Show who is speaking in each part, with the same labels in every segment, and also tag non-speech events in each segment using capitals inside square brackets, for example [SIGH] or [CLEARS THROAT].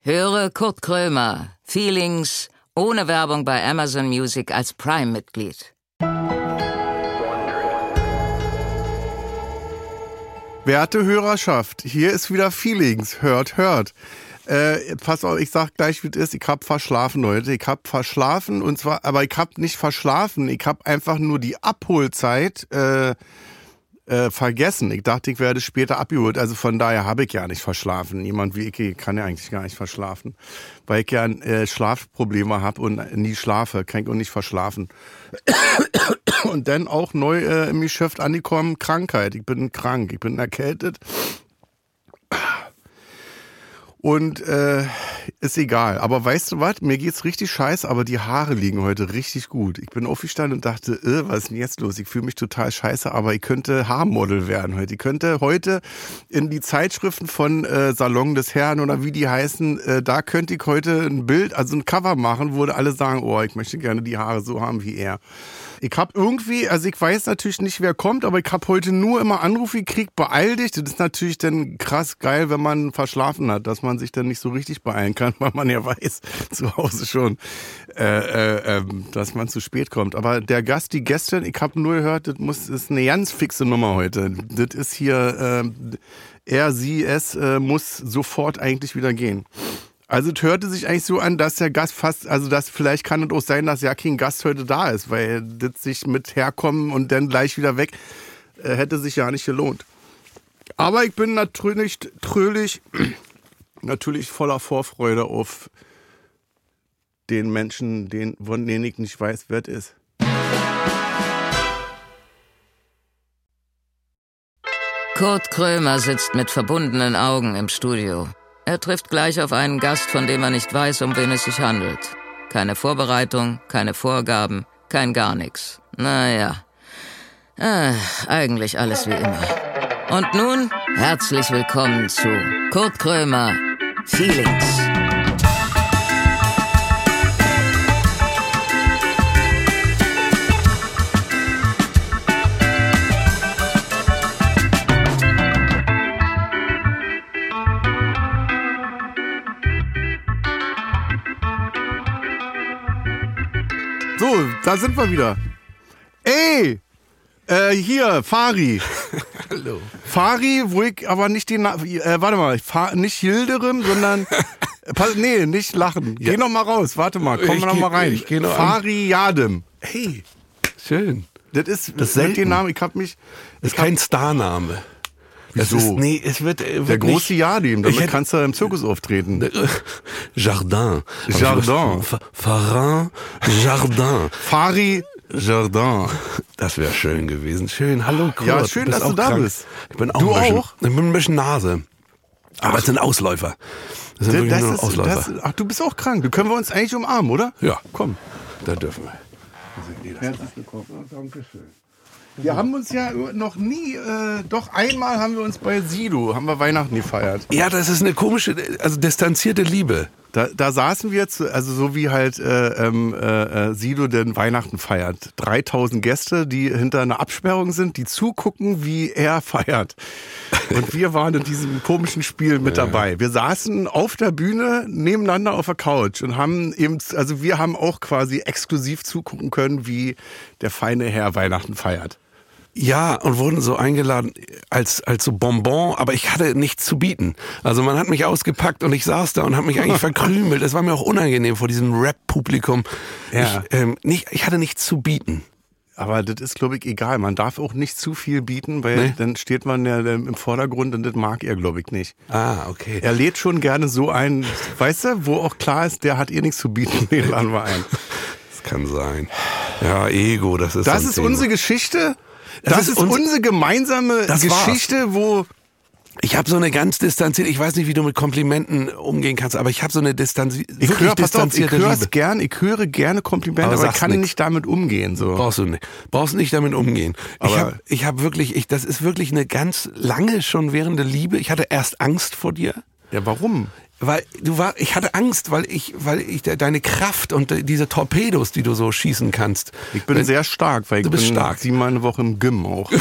Speaker 1: Höre Kurt Krömer, Feelings, ohne Werbung bei Amazon Music als Prime-Mitglied.
Speaker 2: Werte Hörerschaft, hier ist wieder Feelings. Hört, hört. Äh, pass auf, ich sag gleich, wie es ist. Ich hab verschlafen, Leute. Ich hab verschlafen und zwar, aber ich hab nicht verschlafen. Ich hab einfach nur die Abholzeit äh, äh, vergessen. Ich dachte, ich werde später abgeholt. Also von daher habe ich ja nicht verschlafen. Jemand wie ich kann ja eigentlich gar nicht verschlafen, weil ich ja äh, Schlafprobleme habe und nie schlafe. Kann ich auch nicht verschlafen. [LAUGHS] Und dann auch neu äh, im Geschäft angekommen, Krankheit. Ich bin krank, ich bin erkältet. Und äh, ist egal. Aber weißt du was? Mir geht's richtig scheiße, aber die Haare liegen heute richtig gut. Ich bin aufgestanden und dachte, äh, was ist denn jetzt los? Ich fühle mich total scheiße, aber ich könnte Haarmodel werden heute. Ich könnte heute in die Zeitschriften von äh, Salon des Herrn oder wie die heißen, äh, da könnte ich heute ein Bild, also ein Cover machen, wo alle sagen, oh, ich möchte gerne die Haare so haben wie er. Ich hab irgendwie, also ich weiß natürlich nicht, wer kommt, aber ich hab heute nur immer Anrufe gekriegt, beeil dich. Das ist natürlich dann krass geil, wenn man verschlafen hat, dass man sich dann nicht so richtig beeilen kann, [LAUGHS] weil man ja weiß, zu Hause schon, äh, äh, ähm, dass man zu spät kommt. Aber der Gast, die gestern, ich hab nur gehört, das muss, ist eine ganz fixe Nummer heute. Das ist hier, äh, er, sie, es äh, muss sofort eigentlich wieder gehen. Also es hörte sich eigentlich so an, dass der Gast fast, also das vielleicht kann es auch sein, dass ja kein Gast heute da ist, weil das sich mit herkommen und dann gleich wieder weg, äh, hätte sich ja nicht gelohnt. Aber ich bin natürlich [CLEARS THROAT] tröhlich, natürlich voller Vorfreude auf den Menschen, den, von denen ich nicht weiß, wer es ist.
Speaker 1: Kurt Krömer sitzt mit verbundenen Augen im Studio. Er trifft gleich auf einen Gast, von dem er nicht weiß, um wen es sich handelt. Keine Vorbereitung, keine Vorgaben, kein gar nichts. Naja, äh, eigentlich alles wie immer. Und nun herzlich willkommen zu Kurt Krömer, Feelings.
Speaker 2: So, da sind wir wieder. Ey! Äh, hier, Fari.
Speaker 3: [LAUGHS] Hallo.
Speaker 2: Fari, wo ich aber nicht den Na äh, warte mal, Fa nicht Hilderim,
Speaker 3: [LAUGHS]
Speaker 2: sondern Äh, pass, nee, nicht lachen. Geh noch mal raus, warte mal, komm
Speaker 3: Ich
Speaker 2: noch
Speaker 3: geh-
Speaker 2: mal rein.
Speaker 3: ich geh noch an-
Speaker 2: Fari Yadim.
Speaker 3: Hey, schön.
Speaker 2: Das ist
Speaker 3: Das ist
Speaker 2: mit
Speaker 3: selten.
Speaker 2: dem Namen, ich hab mich
Speaker 3: Das ist kein Starname. Das
Speaker 2: Wieso?
Speaker 3: Ist, nee, es wird, äh, wird
Speaker 2: der große
Speaker 3: nicht,
Speaker 2: Yadim, damit
Speaker 3: Ich hätte- Ne.
Speaker 2: kannst du im Zirkus auftreten.
Speaker 3: [LAUGHS] Jardin.
Speaker 2: Jardin.
Speaker 3: Fa- Farin Jardin.
Speaker 2: Fari [LAUGHS] Jardin.
Speaker 3: Das wäre schön gewesen. Schön. Hallo Kurt.
Speaker 2: Ja, schön, dass
Speaker 3: auch
Speaker 2: du da
Speaker 3: krank.
Speaker 2: bist.
Speaker 3: Ich bin auch
Speaker 2: Du
Speaker 3: ein bisschen,
Speaker 2: auch?
Speaker 3: Ich bin ein bisschen Nase. Aber es sind Ausläufer. Das sind
Speaker 2: Das,
Speaker 3: wirklich
Speaker 2: das
Speaker 3: nur
Speaker 2: ist,
Speaker 3: Ausläufer.
Speaker 2: das, ach, du bist auch krank. Du können wir uns eigentlich umarmen, oder?
Speaker 3: ja, komm. Da dürfen wir.
Speaker 2: Herzlich willkommen. Dankeschön. Wir haben uns ja noch nie, äh, doch einmal haben wir uns bei Sido, haben wir Weihnachten gefeiert.
Speaker 3: Ja, das ist eine komische, also distanzierte Liebe.
Speaker 2: Da, da saßen wir, zu, also so wie halt äh, ähm, äh, äh, Sido denn Weihnachten feiert. 3000 Gäste, die hinter einer Absperrung sind, die zugucken, wie er feiert. Und wir waren in diesem komischen Spiel mit dabei. Wir saßen auf der Bühne nebeneinander auf der Couch und haben eben, also wir haben auch quasi exklusiv zugucken können, wie der feine Herr Weihnachten feiert.
Speaker 3: Ja, und wurden so eingeladen als, als so Bonbon, aber ich hatte nichts zu bieten. Also man hat mich ausgepackt und ich saß da und habe mich [LAUGHS] eigentlich verkrümelt. Das war mir auch unangenehm vor diesem Rap-Publikum.
Speaker 2: Ja.
Speaker 3: Ich, ähm, nicht, ich hatte nichts zu bieten.
Speaker 2: Aber das ist, glaube ich, egal. Man darf auch nicht zu viel bieten, weil
Speaker 3: Nee.
Speaker 2: dann steht man ja ähm, im Vordergrund und das mag er, glaube ich, nicht.
Speaker 3: Ah, okay.
Speaker 2: Er lädt schon gerne so ein, weißt du, wo auch klar ist, der hat ihr nichts zu bieten, [LAUGHS] den laden wir ein.
Speaker 3: Das kann sein. Ja, Ego, das ist
Speaker 2: Das
Speaker 3: so ein
Speaker 2: ist
Speaker 3: Thema.
Speaker 2: unsere Geschichte. Das,
Speaker 3: Das
Speaker 2: ist,
Speaker 3: ist uns-
Speaker 2: unsere gemeinsame
Speaker 3: Das war's.
Speaker 2: Geschichte, wo
Speaker 3: Ich habe so eine ganz distanzierte, ich weiß nicht, wie du mit Komplimenten umgehen kannst, aber ich habe so eine distanzi
Speaker 2: ich höre, pass
Speaker 3: wirklich
Speaker 2: auf, ich
Speaker 3: distanzierte Liebe.
Speaker 2: höre gern, ich höre gerne Komplimente,
Speaker 3: Aber
Speaker 2: aber, ich
Speaker 3: sag's
Speaker 2: kann
Speaker 3: nix.
Speaker 2: nicht damit umgehen. So.
Speaker 3: Brauchst du nicht. Brauchst nicht damit umgehen. ich
Speaker 2: Aber-
Speaker 3: habe ich hab wirklich, ich, das ist wirklich eine ganz lange schon währende Liebe. Ich hatte erst Angst vor dir,
Speaker 2: Ja, warum?
Speaker 3: weil du war, ich hatte Angst, weil ich, weil ich de- deine Kraft und de- diese Torpedos, die du so schießen kannst.
Speaker 2: Ich bin sehr stark, weil ich
Speaker 3: Du bist
Speaker 2: bin
Speaker 3: stark.
Speaker 2: siebenmal eine Woche im Gym auch.
Speaker 3: [LAUGHS] ja,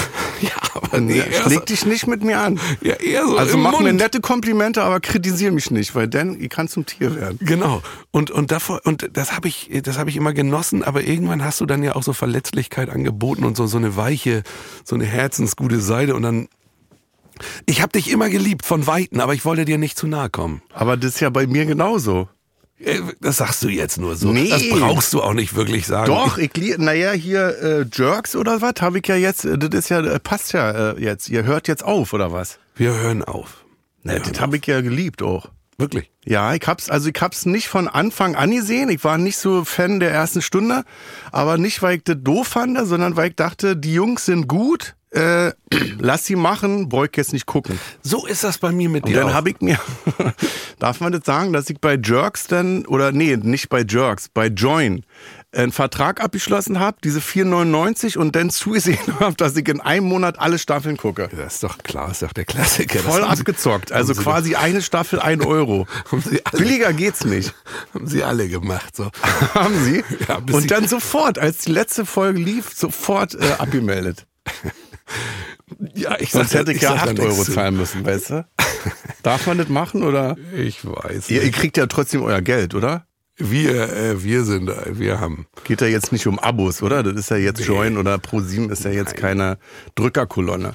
Speaker 3: aber [LAUGHS] nee, also-
Speaker 2: Nee,
Speaker 3: eher so,
Speaker 2: schläg dich nicht mit mir an.
Speaker 3: ja, eher so
Speaker 2: Hm, Also
Speaker 3: im
Speaker 2: mach
Speaker 3: Mund.
Speaker 2: mir nette Komplimente, aber kritisiere mich nicht, weil dann ich kann zum Tier werden.
Speaker 3: Genau. Und, und davor, und das habe ich, das habe ich immer genossen, aber irgendwann hast du dann ja auch so Verletzlichkeit angeboten und so, so eine weiche, so eine herzensgute Seite und dann, ich habe dich immer geliebt von Weitem, aber ich wollte dir nicht zu nahe kommen.
Speaker 2: Aber das ist ja bei mir genauso.
Speaker 3: Äh, Das sagst du jetzt nur so.
Speaker 2: Nee.
Speaker 3: Das brauchst du auch nicht wirklich sagen.
Speaker 2: Doch, ich liebe, naja, hier äh, Jerks oder was habe ich ja jetzt, äh, das ist ja, äh, passt ja äh, jetzt, ihr hört jetzt auf oder was?
Speaker 3: Wir hören auf.
Speaker 2: Na, das habe ich ja geliebt auch.
Speaker 3: Wirklich.
Speaker 2: Ja, ich hab's, also ich hab's nicht von Anfang an gesehen. Ich war nicht so Fan der ersten Stunde, aber nicht, weil ich das doof fand, sondern weil ich dachte, die Jungs sind gut, äh, [CLEARS THROAT] lass sie machen, brauch ich jetzt nicht gucken.
Speaker 3: So ist das bei mir mit
Speaker 2: Und
Speaker 3: dir.
Speaker 2: dann
Speaker 3: auch.
Speaker 2: habe ich mir, [LAUGHS] darf man das sagen, dass ich bei Jerks dann, oder nee, nicht bei Jerks, bei Join einen Vertrag abgeschlossen habe, diese 4,99 und dann zugesehen [LAUGHS] habe, dass ich in einem Monat alle Staffeln gucke.
Speaker 3: das ist doch klar, ist doch der Klassiker. Das
Speaker 2: Voll
Speaker 3: haben sie-
Speaker 2: abgezockt, also
Speaker 3: haben sie-
Speaker 2: quasi eine Staffel ein
Speaker 3: [LAUGHS]
Speaker 2: Euro.
Speaker 3: Haben sie alle-
Speaker 2: Billiger geht's nicht.
Speaker 3: Haben sie alle gemacht. So.
Speaker 2: [LAUGHS] Haben sie?
Speaker 3: Ja, bis sie-
Speaker 2: und dann sofort, als die letzte Folge lief, sofort äh, abgemeldet.
Speaker 3: Ja, ich
Speaker 2: Sonst
Speaker 3: sag-
Speaker 2: hätte ich ja
Speaker 3: sag da
Speaker 2: 8
Speaker 3: nichts
Speaker 2: Euro
Speaker 3: zu.
Speaker 2: zahlen müssen, weißt du? Darf man das machen oder?
Speaker 3: Ich weiß.
Speaker 2: Ihr,
Speaker 3: nicht.
Speaker 2: ihr kriegt ja trotzdem euer Geld, oder?
Speaker 3: Wir, äh, wir sind, äh, wir haben.
Speaker 2: Geht ja jetzt nicht um Abos, oder? Das ist ja jetzt Join oder ProSieben ist ja jetzt keine Drückerkolonne.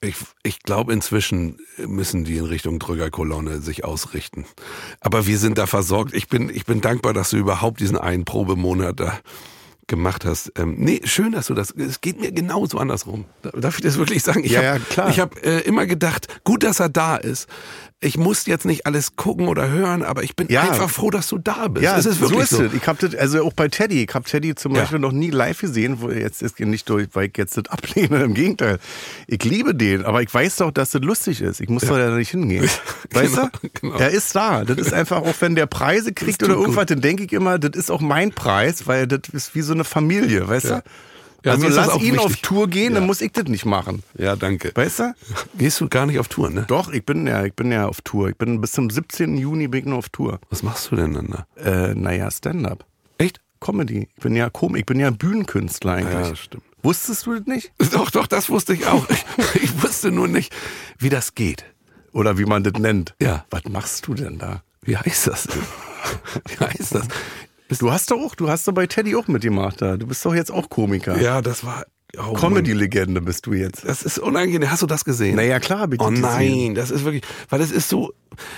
Speaker 3: Ich, ich glaube, inzwischen müssen die in Richtung Drückerkolonne sich ausrichten. Aber wir sind da versorgt. Ich bin, ich bin dankbar, dass du überhaupt diesen einen Probemonat da gemacht hast. Ähm, nee, schön, dass du das. Es geht mir genauso andersrum. Darf ich das wirklich sagen? Ich
Speaker 2: Ja,
Speaker 3: hab,
Speaker 2: ja, klar.
Speaker 3: Ich habe äh, immer gedacht, gut, dass er da ist. Ich muss jetzt nicht alles gucken oder hören, aber ich bin
Speaker 2: Ja.
Speaker 3: einfach froh, dass du da bist. es ist
Speaker 2: so
Speaker 3: wirklich
Speaker 2: ist
Speaker 3: so.
Speaker 2: es. Ich hab das, also auch bei Teddy, ich hab Teddy zum
Speaker 3: Ja.
Speaker 2: Beispiel noch nie live gesehen, wo jetzt ist nicht durch, weil ich jetzt das ablehne, [LAUGHS] im Gegenteil. Ich liebe den, aber ich weiß doch, dass das lustig ist. Ich muss doch da nicht hingehen. Weißt
Speaker 3: [LAUGHS] Genau,
Speaker 2: du?
Speaker 3: genau.
Speaker 2: Er ist da. Das ist einfach, auch wenn der Preise kriegt
Speaker 3: tut
Speaker 2: oder irgendwas, dann denke ich immer, das ist auch mein Preis, weil das ist wie so eine Familie, weißt
Speaker 3: Ja.
Speaker 2: du?
Speaker 3: Ja,
Speaker 2: also
Speaker 3: mir ist das
Speaker 2: lass
Speaker 3: auch
Speaker 2: ihn auf
Speaker 3: wichtig.
Speaker 2: Tour gehen,
Speaker 3: Ja.
Speaker 2: dann muss ich das nicht machen.
Speaker 3: Ja, danke.
Speaker 2: Weißt du?
Speaker 3: Gehst du gar nicht auf Tour, ne?
Speaker 2: Doch, ich bin ja, ich bin ja auf Tour. Ich bin bis zum 17. Juni bin ich nur auf Tour.
Speaker 3: Was machst du denn dann da?
Speaker 2: Äh, naja, Stand-up.
Speaker 3: Echt?
Speaker 2: Comedy. Ich bin ja Komik, ich bin ja Bühnenkünstler eigentlich.
Speaker 3: Ja, stimmt.
Speaker 2: Wusstest du das nicht?
Speaker 3: Doch, doch, das wusste ich auch. Ich, [LAUGHS] ich wusste nur nicht, wie das geht.
Speaker 2: Oder wie man das nennt.
Speaker 3: Ja.
Speaker 2: Was machst du denn da?
Speaker 3: Wie heißt das denn? Wie heißt das?
Speaker 2: Du hast doch auch, du hast doch bei Teddy auch mitgemacht da. Du bist doch jetzt auch Komiker.
Speaker 3: Ja, das war. Oh, Mann.
Speaker 2: Comedy-Legende bist du jetzt.
Speaker 3: Das ist unangenehm. Hast du das gesehen?
Speaker 2: Naja, klar, bitte.
Speaker 3: Oh nein, das ist wirklich, weil es ist so,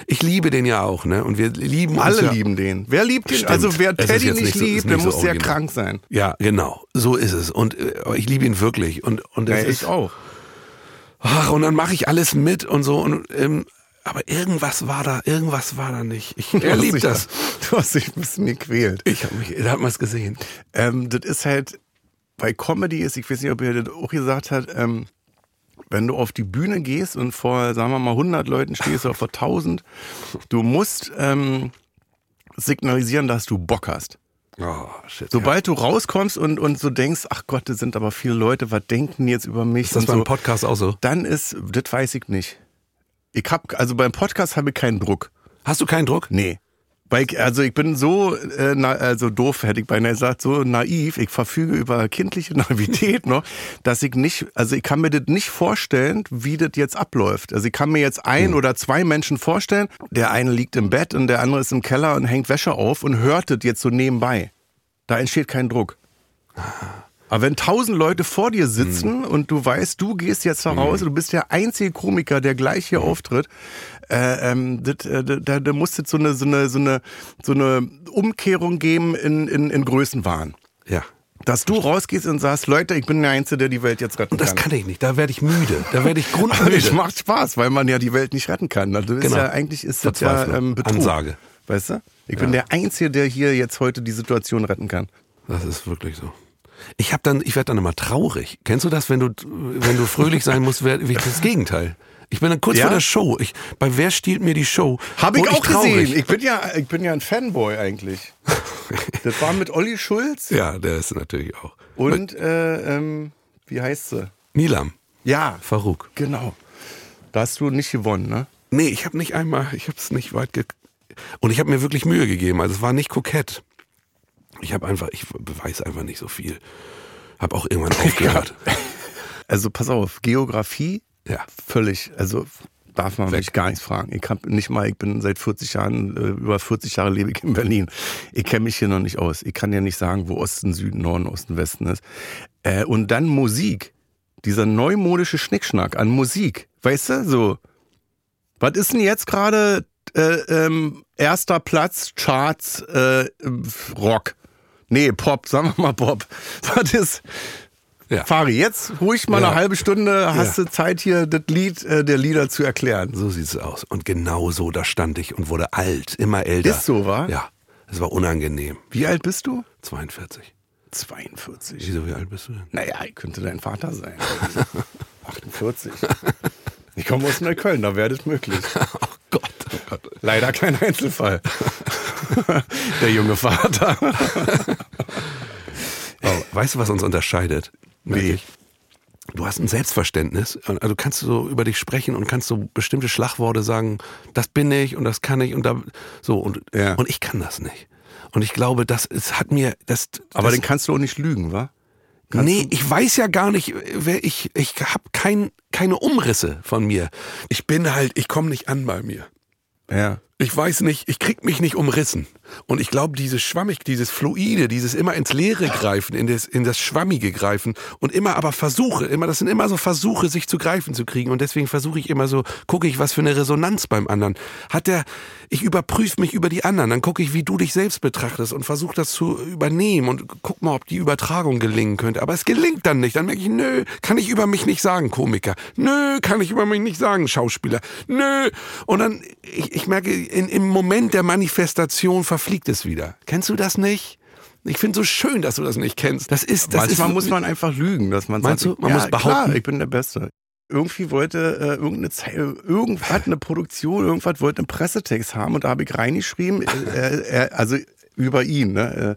Speaker 3: ich liebe den ja auch, ne? Und wir lieben uns
Speaker 2: Alle
Speaker 3: ja.
Speaker 2: lieben den. Wer liebt ihn?
Speaker 3: Stimmt.
Speaker 2: Also wer
Speaker 3: Es ist
Speaker 2: Teddy
Speaker 3: jetzt
Speaker 2: nicht
Speaker 3: nicht so- ist
Speaker 2: liebt,
Speaker 3: nicht
Speaker 2: der
Speaker 3: so
Speaker 2: muss sehr
Speaker 3: original.
Speaker 2: krank sein.
Speaker 3: Ja, genau, so ist es. Und äh, aber ich liebe ihn wirklich. Und und es ist,
Speaker 2: auch.
Speaker 3: ach, und dann mache ich alles mit und so. Und, ähm, aber irgendwas war da, irgendwas war da nicht. [LAUGHS] Ich, er
Speaker 2: Du hast
Speaker 3: liebt
Speaker 2: dich
Speaker 3: das.
Speaker 2: da- Du hast dich ein bisschen gequält.
Speaker 3: Ich habe mich, da hat man es gesehen.
Speaker 2: Ähm, das ist halt, bei Comedy ist, ich weiß nicht, ob ihr das auch gesagt habt, ähm, wenn du auf die Bühne gehst und vor, sagen wir mal, 100 Leuten stehst oder vor 1000, du musst ähm, signalisieren, dass du Bock hast.
Speaker 3: Oh, shit.
Speaker 2: Sobald du rauskommst und, und so denkst, ach Gott, das sind aber viele Leute, was denken die jetzt über mich?
Speaker 3: Ist das
Speaker 2: und
Speaker 3: beim
Speaker 2: so,
Speaker 3: Podcast auch so?
Speaker 2: dann ist, das weiß ich nicht. Ich hab, also beim Podcast habe ich keinen Druck.
Speaker 3: Hast du keinen Druck?
Speaker 2: Nee. Weil ich, also ich bin so, äh, na, also doof, hätte ich beinahe gesagt, so naiv, ich verfüge über kindliche [LAUGHS] Naivität noch, dass ich nicht, also ich kann mir das nicht vorstellen, wie das jetzt abläuft. Also ich kann mir jetzt ein oder zwei Menschen vorstellen, der eine liegt im Bett und der andere ist im Keller und hängt Wäsche auf und hört das jetzt so nebenbei. Da entsteht kein Druck. Aber wenn tausend Leute vor dir sitzen und du weißt, du gehst jetzt da raus, und du bist der einzige Komiker, der gleich hier auftritt, äh, ähm, das, äh, da, da- da muss jetzt so eine, so eine, so eine, so eine Umkehrung geben in, in, in Größenwahn.
Speaker 3: Ja.
Speaker 2: Dass du rausgehst und sagst, Leute, ich bin der Einzige, der die Welt jetzt retten
Speaker 3: Und das
Speaker 2: kann.
Speaker 3: kann ich nicht. Da werde ich müde. Da werde ich
Speaker 2: [LAUGHS] Aber das
Speaker 3: grundmüde.
Speaker 2: macht Spaß, weil man ja die Welt nicht retten kann. Also das
Speaker 3: Genau.
Speaker 2: ist ja, eigentlich ist das ja
Speaker 3: Verzweiflung.
Speaker 2: ähm, Betrug.
Speaker 3: Ansage.
Speaker 2: Weißt du? Ich bin der Einzige, der hier jetzt heute die Situation retten kann.
Speaker 3: Das ist wirklich so. Ich habe dann, ich werde dann immer traurig. Kennst du das, wenn du, wenn du fröhlich sein musst, werd, werd das Gegenteil. Ich bin dann kurz
Speaker 2: Ja?
Speaker 3: vor der Show. Ich, bei Wer stiehlt mir die Show?
Speaker 2: Habe ich
Speaker 3: wurde
Speaker 2: auch
Speaker 3: Oh, traurig. [LAUGHS]
Speaker 2: gesehen. Ich bin, ja, ich bin ja ein Fanboy eigentlich. Das war mit Olli Schulz
Speaker 3: [LAUGHS] Ja, der ist natürlich auch.
Speaker 2: und, äh, ähm, wie heißt sie?
Speaker 3: Nilam,
Speaker 2: Ja,
Speaker 3: Faruk.
Speaker 2: genau. Da hast du nicht gewonnen, ne?
Speaker 3: Nee, ich habe nicht einmal, ich habe es nicht weit ge und ich habe mir wirklich Mühe gegeben. Also es war nicht kokett. Ich habe einfach, ich weiß einfach nicht so viel. Habe auch
Speaker 2: [LAUGHS]
Speaker 3: irgendwann aufgehört.
Speaker 2: Also pass auf, Geografie,
Speaker 3: Ja.
Speaker 2: völlig, also darf man mich gar nichts fragen. Ich hab nicht mal, ich bin seit 40 Jahren, äh, über 40 Jahre lebe ich in Berlin. Ich kenne mich hier noch nicht aus. Ich kann ja nicht sagen, wo Osten, Süden, Norden, Osten, Westen ist. Äh, und dann Musik. Dieser neumodische Schnickschnack an Musik. Weißt du, so. Was ist denn jetzt gerade äh, ähm, erster Platz, Charts, äh, Rock? Nee, Pop, sagen wir mal Pop. [LAUGHS] Was ist,
Speaker 3: ja.
Speaker 2: Fari, jetzt ruhig mal
Speaker 3: Ja.
Speaker 2: eine halbe Stunde, hast
Speaker 3: Ja.
Speaker 2: du Zeit hier, das Lied äh, der Lieder zu erklären.
Speaker 3: So sieht's aus. Und genau so, da stand ich und wurde alt, immer älter.
Speaker 2: Ist so, wa?
Speaker 3: Ja. Es war unangenehm.
Speaker 2: Wie alt bist du?
Speaker 3: 42.
Speaker 2: 42.
Speaker 3: Wieso, wie alt bist du denn?
Speaker 2: Naja, ich könnte dein Vater sein. 48. Ich komme aus Neukölln, da wäre das möglich.
Speaker 3: Oh Gott, oh Gott.
Speaker 2: Leider kein Einzelfall. Der junge Vater.
Speaker 3: Oh, weißt du, was uns unterscheidet? merke
Speaker 2: Nee.
Speaker 3: ich? Du hast ein Selbstverständnis. Also du kannst so über dich sprechen und kannst so bestimmte Schlagworte sagen, das bin ich und das kann ich und da so und,
Speaker 2: Ja.
Speaker 3: und ich kann das nicht. Und ich glaube, das es hat mir das
Speaker 2: Aber
Speaker 3: das,
Speaker 2: den kannst du auch nicht lügen, wa?
Speaker 3: Nee, ich weiß ja gar nicht, wer ich ich habe kein, keine Umrisse von mir. Ich bin halt, ich komme nicht an bei mir.
Speaker 2: Ja.
Speaker 3: Ich weiß nicht, ich krieg mich nicht umrissen. Und ich glaube, dieses Schwammig, dieses Fluide, dieses immer ins Leere greifen, in das, in das Schwammige greifen und immer aber Versuche, immer, das sind immer so Versuche, sich zu greifen zu kriegen. Und deswegen versuche ich immer so, gucke ich, was für eine Resonanz beim anderen. Hat der, ich überprüfe mich über die anderen, dann gucke ich, wie du dich selbst betrachtest und versuche das zu übernehmen und guck mal, ob die Übertragung gelingen könnte. Aber es gelingt dann nicht. Dann merke ich, nö, kann ich über mich nicht sagen, Komiker. Nö, kann ich über mich nicht sagen, Schauspieler. Nö. Und dann, ich, ich merke, in, im Moment der Manifestation verfliegt es wieder. Kennst du das nicht? Ich finde so schön, dass du das nicht kennst. Das ist, das
Speaker 2: Manchmal
Speaker 3: ist,
Speaker 2: muss man einfach lügen, dass man
Speaker 3: Meinst
Speaker 2: sagt,
Speaker 3: du, man
Speaker 2: ja,
Speaker 3: muss behaupten?
Speaker 2: Klar, ich bin der Beste. Irgendwie wollte äh, irgendeine Zeile, irgendwas, eine Produktion, irgendwas wollte einen Pressetext haben und da habe ich reingeschrieben, äh, er, also über ihn, ne? Äh,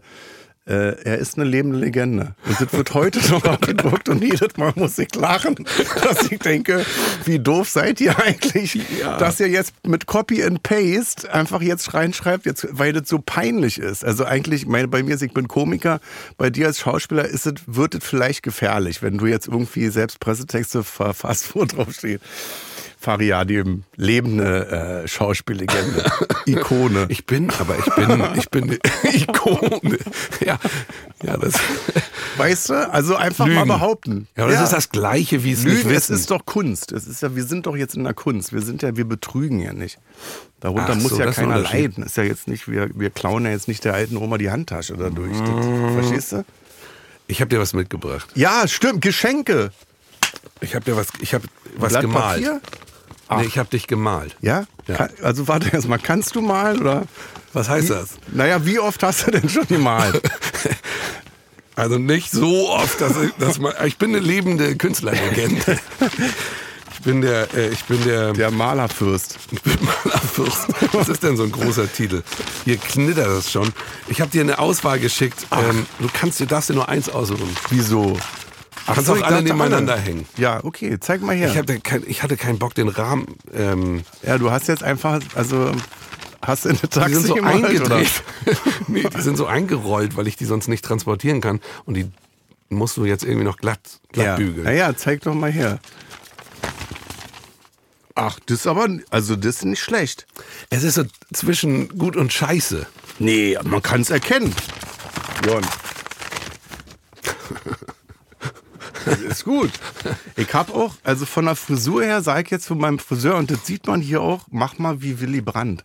Speaker 2: äh, er ist eine lebende Legende. Und das wird heute
Speaker 3: [LAUGHS]
Speaker 2: noch abgedruckt und jedes Mal muss ich lachen, dass ich denke, wie doof seid ihr eigentlich,
Speaker 3: Ja.
Speaker 2: dass ihr jetzt mit Copy and Paste einfach jetzt reinschreibt, jetzt, weil das so peinlich ist. Also eigentlich, ich meine, bei mir ist, ich bin Komiker, bei dir als Schauspieler ist es, wird es vielleicht gefährlich, wenn du jetzt irgendwie selbst Pressetexte verfasst, [LAUGHS] wo draufsteht. Fariadim, lebende äh, Schauspiellegende,
Speaker 3: [LAUGHS]
Speaker 2: Ikone.
Speaker 3: Ich bin, aber ich bin, ich bin [LAUGHS] eine Ikone. Ja, ja, das.
Speaker 2: [LAUGHS] weißt du? Also einfach
Speaker 3: Lügen.
Speaker 2: mal behaupten.
Speaker 3: Ja, aber das ist das Gleiche, wie es nicht
Speaker 2: Lügen, es
Speaker 3: wissen.
Speaker 2: ist doch Kunst. Es ist ja, wir sind doch jetzt in der Kunst. Wir sind ja, wir betrügen ja nicht. Darunter
Speaker 3: Ach
Speaker 2: muss
Speaker 3: so,
Speaker 2: ja
Speaker 3: das ist ein
Speaker 2: keiner
Speaker 3: Unterschied.
Speaker 2: leiden. Ist ja jetzt nicht, wir, wir klauen ja jetzt nicht der alten Oma die Handtasche dadurch.
Speaker 3: Mm.
Speaker 2: Das, verstehst du?
Speaker 3: ich habe dir was mitgebracht.
Speaker 2: Ja, stimmt. Geschenke.
Speaker 3: Ich habe dir was, ich habe was
Speaker 2: Blatt
Speaker 3: gemalt.
Speaker 2: Papier?
Speaker 3: Nee, ich habe dich gemalt.
Speaker 2: Ja?
Speaker 3: Ja.
Speaker 2: Kann, also warte erst mal. Kannst du malen oder?
Speaker 3: Was heißt
Speaker 2: Wie-
Speaker 3: das?
Speaker 2: Naja, wie oft hast du denn schon
Speaker 3: [LAUGHS]
Speaker 2: gemalt?
Speaker 3: Also nicht so oft, dass ich, dass man, ich bin eine
Speaker 2: [LAUGHS]
Speaker 3: lebende Künstlerlegende. Ich bin der, äh, ich bin der,
Speaker 2: der Malerfürst.
Speaker 3: ich bin Malerfürst. Was ist denn so ein großer Titel? Hier knittert das schon. Ich habe dir eine Auswahl geschickt. Ähm, du kannst, du darfst dir nur eins aussuchen.
Speaker 2: Wieso?
Speaker 3: Kannst
Speaker 2: so,
Speaker 3: auch
Speaker 2: ich
Speaker 3: alle
Speaker 2: dachte,
Speaker 3: nebeneinander hängen.
Speaker 2: Ja, okay. Zeig mal her.
Speaker 3: Ich hatte, kein, ich hatte keinen Bock, den Rahmen. Ähm,
Speaker 2: ja, du hast jetzt einfach, also hast du in der Taxi
Speaker 3: die sind so
Speaker 2: gemalt, oder?
Speaker 3: eingedreht. [LAUGHS] nee, die sind so eingerollt, weil ich die sonst nicht transportieren kann. Und die musst du jetzt irgendwie noch glatt, glatt
Speaker 2: ja.
Speaker 3: bügeln.
Speaker 2: Naja, zeig doch mal her. Ach, das ist aber, also das ist nicht schlecht.
Speaker 3: Es ist so zwischen gut und scheiße.
Speaker 2: Nee, man kann es erkennen. Jon. Das ist gut. Ich habe auch, also von der Frisur her, sage ich jetzt von meinem Friseur, und das sieht man hier auch, mach mal wie Willy Brandt.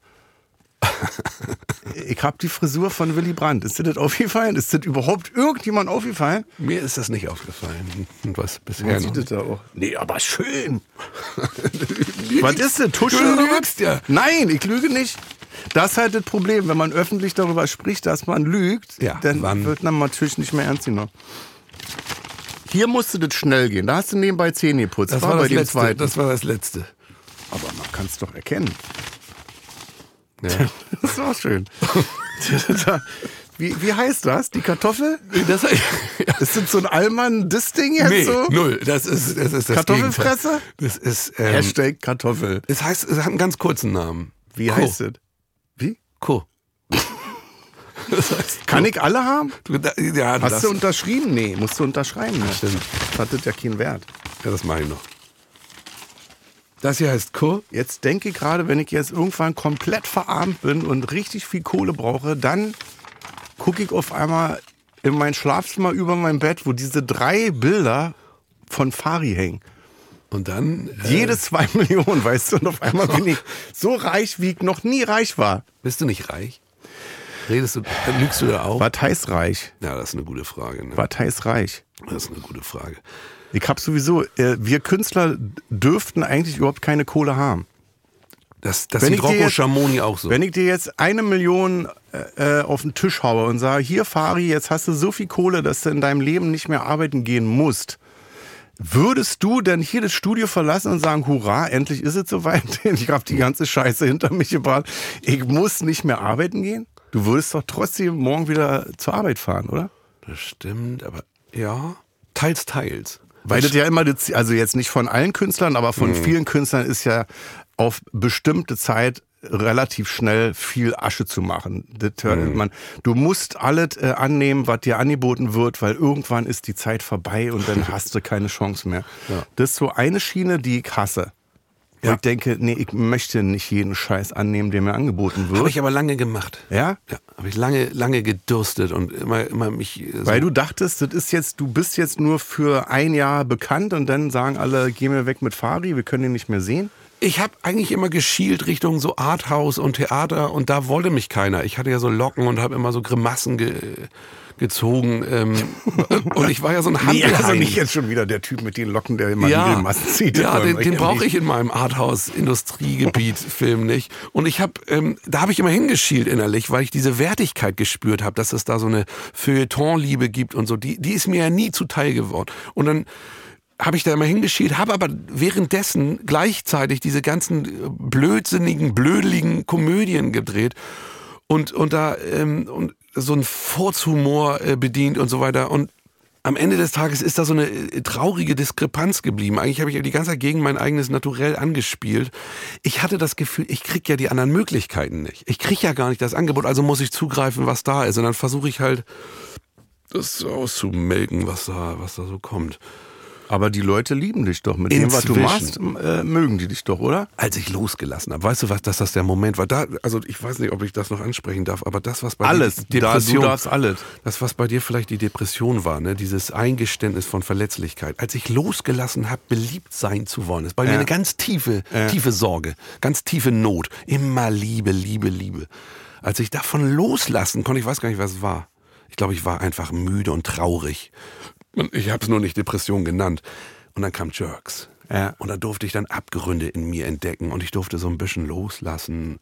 Speaker 2: Ich habe die Frisur von Willy Brandt. Ist dir das aufgefallen? Ist das überhaupt irgendjemand aufgefallen?
Speaker 3: Mir ist das nicht aufgefallen. [LAUGHS] Und was bisher
Speaker 2: Man
Speaker 3: noch.
Speaker 2: sieht das da auch. ne? Nee, aber schön.
Speaker 3: Lügst.
Speaker 2: Was ist denn? Tuschel?
Speaker 3: Du
Speaker 2: oder was?
Speaker 3: lügst ja.
Speaker 2: Nein, ich lüge nicht. Das ist halt das Problem. Wenn man öffentlich darüber spricht, dass man lügt,
Speaker 3: Ja,
Speaker 2: dann
Speaker 3: wann?
Speaker 2: wird man natürlich nicht mehr ernst genommen. Hier musste das schnell gehen. Da hast du nebenbei Zähne geputzt.
Speaker 3: Das war, das,
Speaker 2: bei dem
Speaker 3: letzte,
Speaker 2: zweiten.
Speaker 3: das war das letzte.
Speaker 2: Aber man kann es doch [LAUGHS] erkennen.
Speaker 3: Ja. [LAUGHS]
Speaker 2: Das war schön. Wie, wie heißt das? Die Kartoffel?
Speaker 3: Das, [LAUGHS]
Speaker 2: Ist das so ein Allmann das Ding jetzt
Speaker 3: nee,
Speaker 2: so?
Speaker 3: null. Das ist das, ist das
Speaker 2: Kartoffelfresse?
Speaker 3: Gegenteil. Das ist. Ähm,
Speaker 2: Hashtag Kartoffel.
Speaker 3: es heißt, es hat einen ganz kurzen Namen.
Speaker 2: Wie heißt das? Wie?
Speaker 3: Co. [LAUGHS] Das heißt,
Speaker 2: Kann ich alle haben?
Speaker 3: du, da, ja,
Speaker 2: Hast
Speaker 3: das,
Speaker 2: du unterschrieben? Nee, musst du unterschreiben. Ne?
Speaker 3: Stimmt.
Speaker 2: Das hat das ja keinen Wert.
Speaker 3: ja, das mache ich noch. Das hier heißt Co.
Speaker 2: Jetzt denke ich gerade, wenn ich jetzt irgendwann komplett verarmt bin und richtig viel Kohle brauche, dann gucke ich auf einmal in mein Schlafzimmer über mein Bett, wo diese drei Bilder von Fari hängen.
Speaker 3: Und dann. Äh,
Speaker 2: Jede zwei [LAUGHS] Millionen, weißt du, und auf einmal bin ich so reich, wie ich noch nie reich war.
Speaker 3: bist du nicht reich? Redest du, äh, lügst du da auch?
Speaker 2: Was heißt reich?
Speaker 3: Ja, das ist eine gute Frage. Ne?
Speaker 2: Was heißt reich?
Speaker 3: Das ist eine gute Frage.
Speaker 2: Ich hab sowieso, äh, wir Künstler dürften eigentlich überhaupt keine Kohle haben.
Speaker 3: Das, das
Speaker 2: Wenn
Speaker 3: sieht
Speaker 2: ich dir
Speaker 3: Rocco
Speaker 2: jetzt-
Speaker 3: Schamoni auch so.
Speaker 2: Wenn ich dir jetzt eine Million äh, auf den Tisch haue und sage, hier Fari, jetzt hast du so viel Kohle, dass du in deinem Leben nicht mehr arbeiten gehen musst, würdest du denn hier das Studio verlassen und sagen, hurra, endlich ist es soweit, [LAUGHS] ich habe die ganze Scheiße hinter mich gebracht, ich muss nicht mehr arbeiten gehen? Du würdest doch trotzdem morgen wieder zur Arbeit fahren, oder?
Speaker 3: Das stimmt, aber ja. Teils, teils.
Speaker 2: Weil das ja immer, das Ziel- also jetzt nicht von allen Künstlern, aber
Speaker 3: Mhm.
Speaker 2: von vielen Künstlern ist ja auf bestimmte Zeit relativ schnell viel Asche zu machen. Das
Speaker 3: Mhm.
Speaker 2: hört man, du musst alles äh, annehmen, was dir angeboten wird, weil irgendwann ist die Zeit vorbei und
Speaker 3: [LAUGHS]
Speaker 2: dann hast du keine Chance mehr. Das ist so eine Schiene, die ich hasse. Wo
Speaker 3: Ja.
Speaker 2: Ich denke, nee, ich möchte nicht jeden Scheiß annehmen, der mir angeboten
Speaker 3: Habe
Speaker 2: wird.
Speaker 3: ich aber lange gemacht.
Speaker 2: Ja?
Speaker 3: Ja, habe ich lange, lange gedurstet und immer, immer mich. äh, So,
Speaker 2: Weil du dachtest, das ist jetzt, du bist jetzt nur für ein Jahr bekannt und dann sagen alle, geh mir weg mit Fari, wir können ihn nicht mehr sehen.
Speaker 3: ich habe eigentlich immer geschielt Richtung so Arthouse und Theater und da wollte mich keiner. Ich hatte ja so Locken und habe immer so Grimassen ge gezogen.
Speaker 2: [LAUGHS]
Speaker 3: Ähm, und ich war ja so ein
Speaker 2: Nee,
Speaker 3: Handel.
Speaker 2: also nicht jetzt schon wieder der Typ mit den Locken, der immer ja. Massen zieht.
Speaker 3: Ja, den, den brauche
Speaker 2: brauch
Speaker 3: ich in meinem
Speaker 2: [LAUGHS]
Speaker 3: Arthouse-Industriegebiet-Film nicht. Und ich habe, ähm, da habe ich immer hingeschielt innerlich, weil ich diese Wertigkeit gespürt habe, dass es da so eine Feuilleton-Liebe gibt und so. Die, die ist mir ja nie zuteil geworden. Und dann habe ich da immer hingeschielt, habe aber währenddessen gleichzeitig diese ganzen äh, blödsinnigen, blödeligen Komödien gedreht und, und da ähm, und so einen Furzhumor äh, bedient und so weiter. Und am Ende des Tages ist da so eine äh, traurige Diskrepanz geblieben. Eigentlich habe ich ja die ganze Zeit gegen mein eigenes Naturell angespielt. Ich hatte das Gefühl, ich krieg ja die anderen Möglichkeiten nicht. Ich krieg ja gar nicht das Angebot, also muss ich zugreifen, was da ist. Und dann versuche ich halt, das auszumelken, was da, was da so kommt.
Speaker 2: Aber die Leute lieben dich doch. Mit dem, was du machst,
Speaker 3: Inzwischen.
Speaker 2: äh, mögen die dich doch, oder?
Speaker 3: Als ich losgelassen habe, weißt du was, dass das der Moment war? Da, also ich weiß nicht, ob ich das noch ansprechen darf, aber das, was bei
Speaker 2: Alles.
Speaker 3: dir die Depression,
Speaker 2: Da, du darfst alles.
Speaker 3: Das, was bei dir vielleicht die Depression war, ne? dieses Eingeständnis von Verletzlichkeit. Als ich losgelassen habe, beliebt sein zu wollen, ist bei mir
Speaker 2: Ja.
Speaker 3: eine ganz tiefe, tiefe Sorge, ganz tiefe Not. Immer Liebe, Liebe, Liebe. Als ich davon loslassen konnte, ich weiß gar nicht, was es war. Ich glaube, ich war einfach müde und traurig. Und ich habe es nur nicht Depression genannt. Und dann kam Jerks.
Speaker 2: Ja.
Speaker 3: Und da durfte ich dann Abgründe in mir entdecken und ich durfte so ein bisschen loslassen.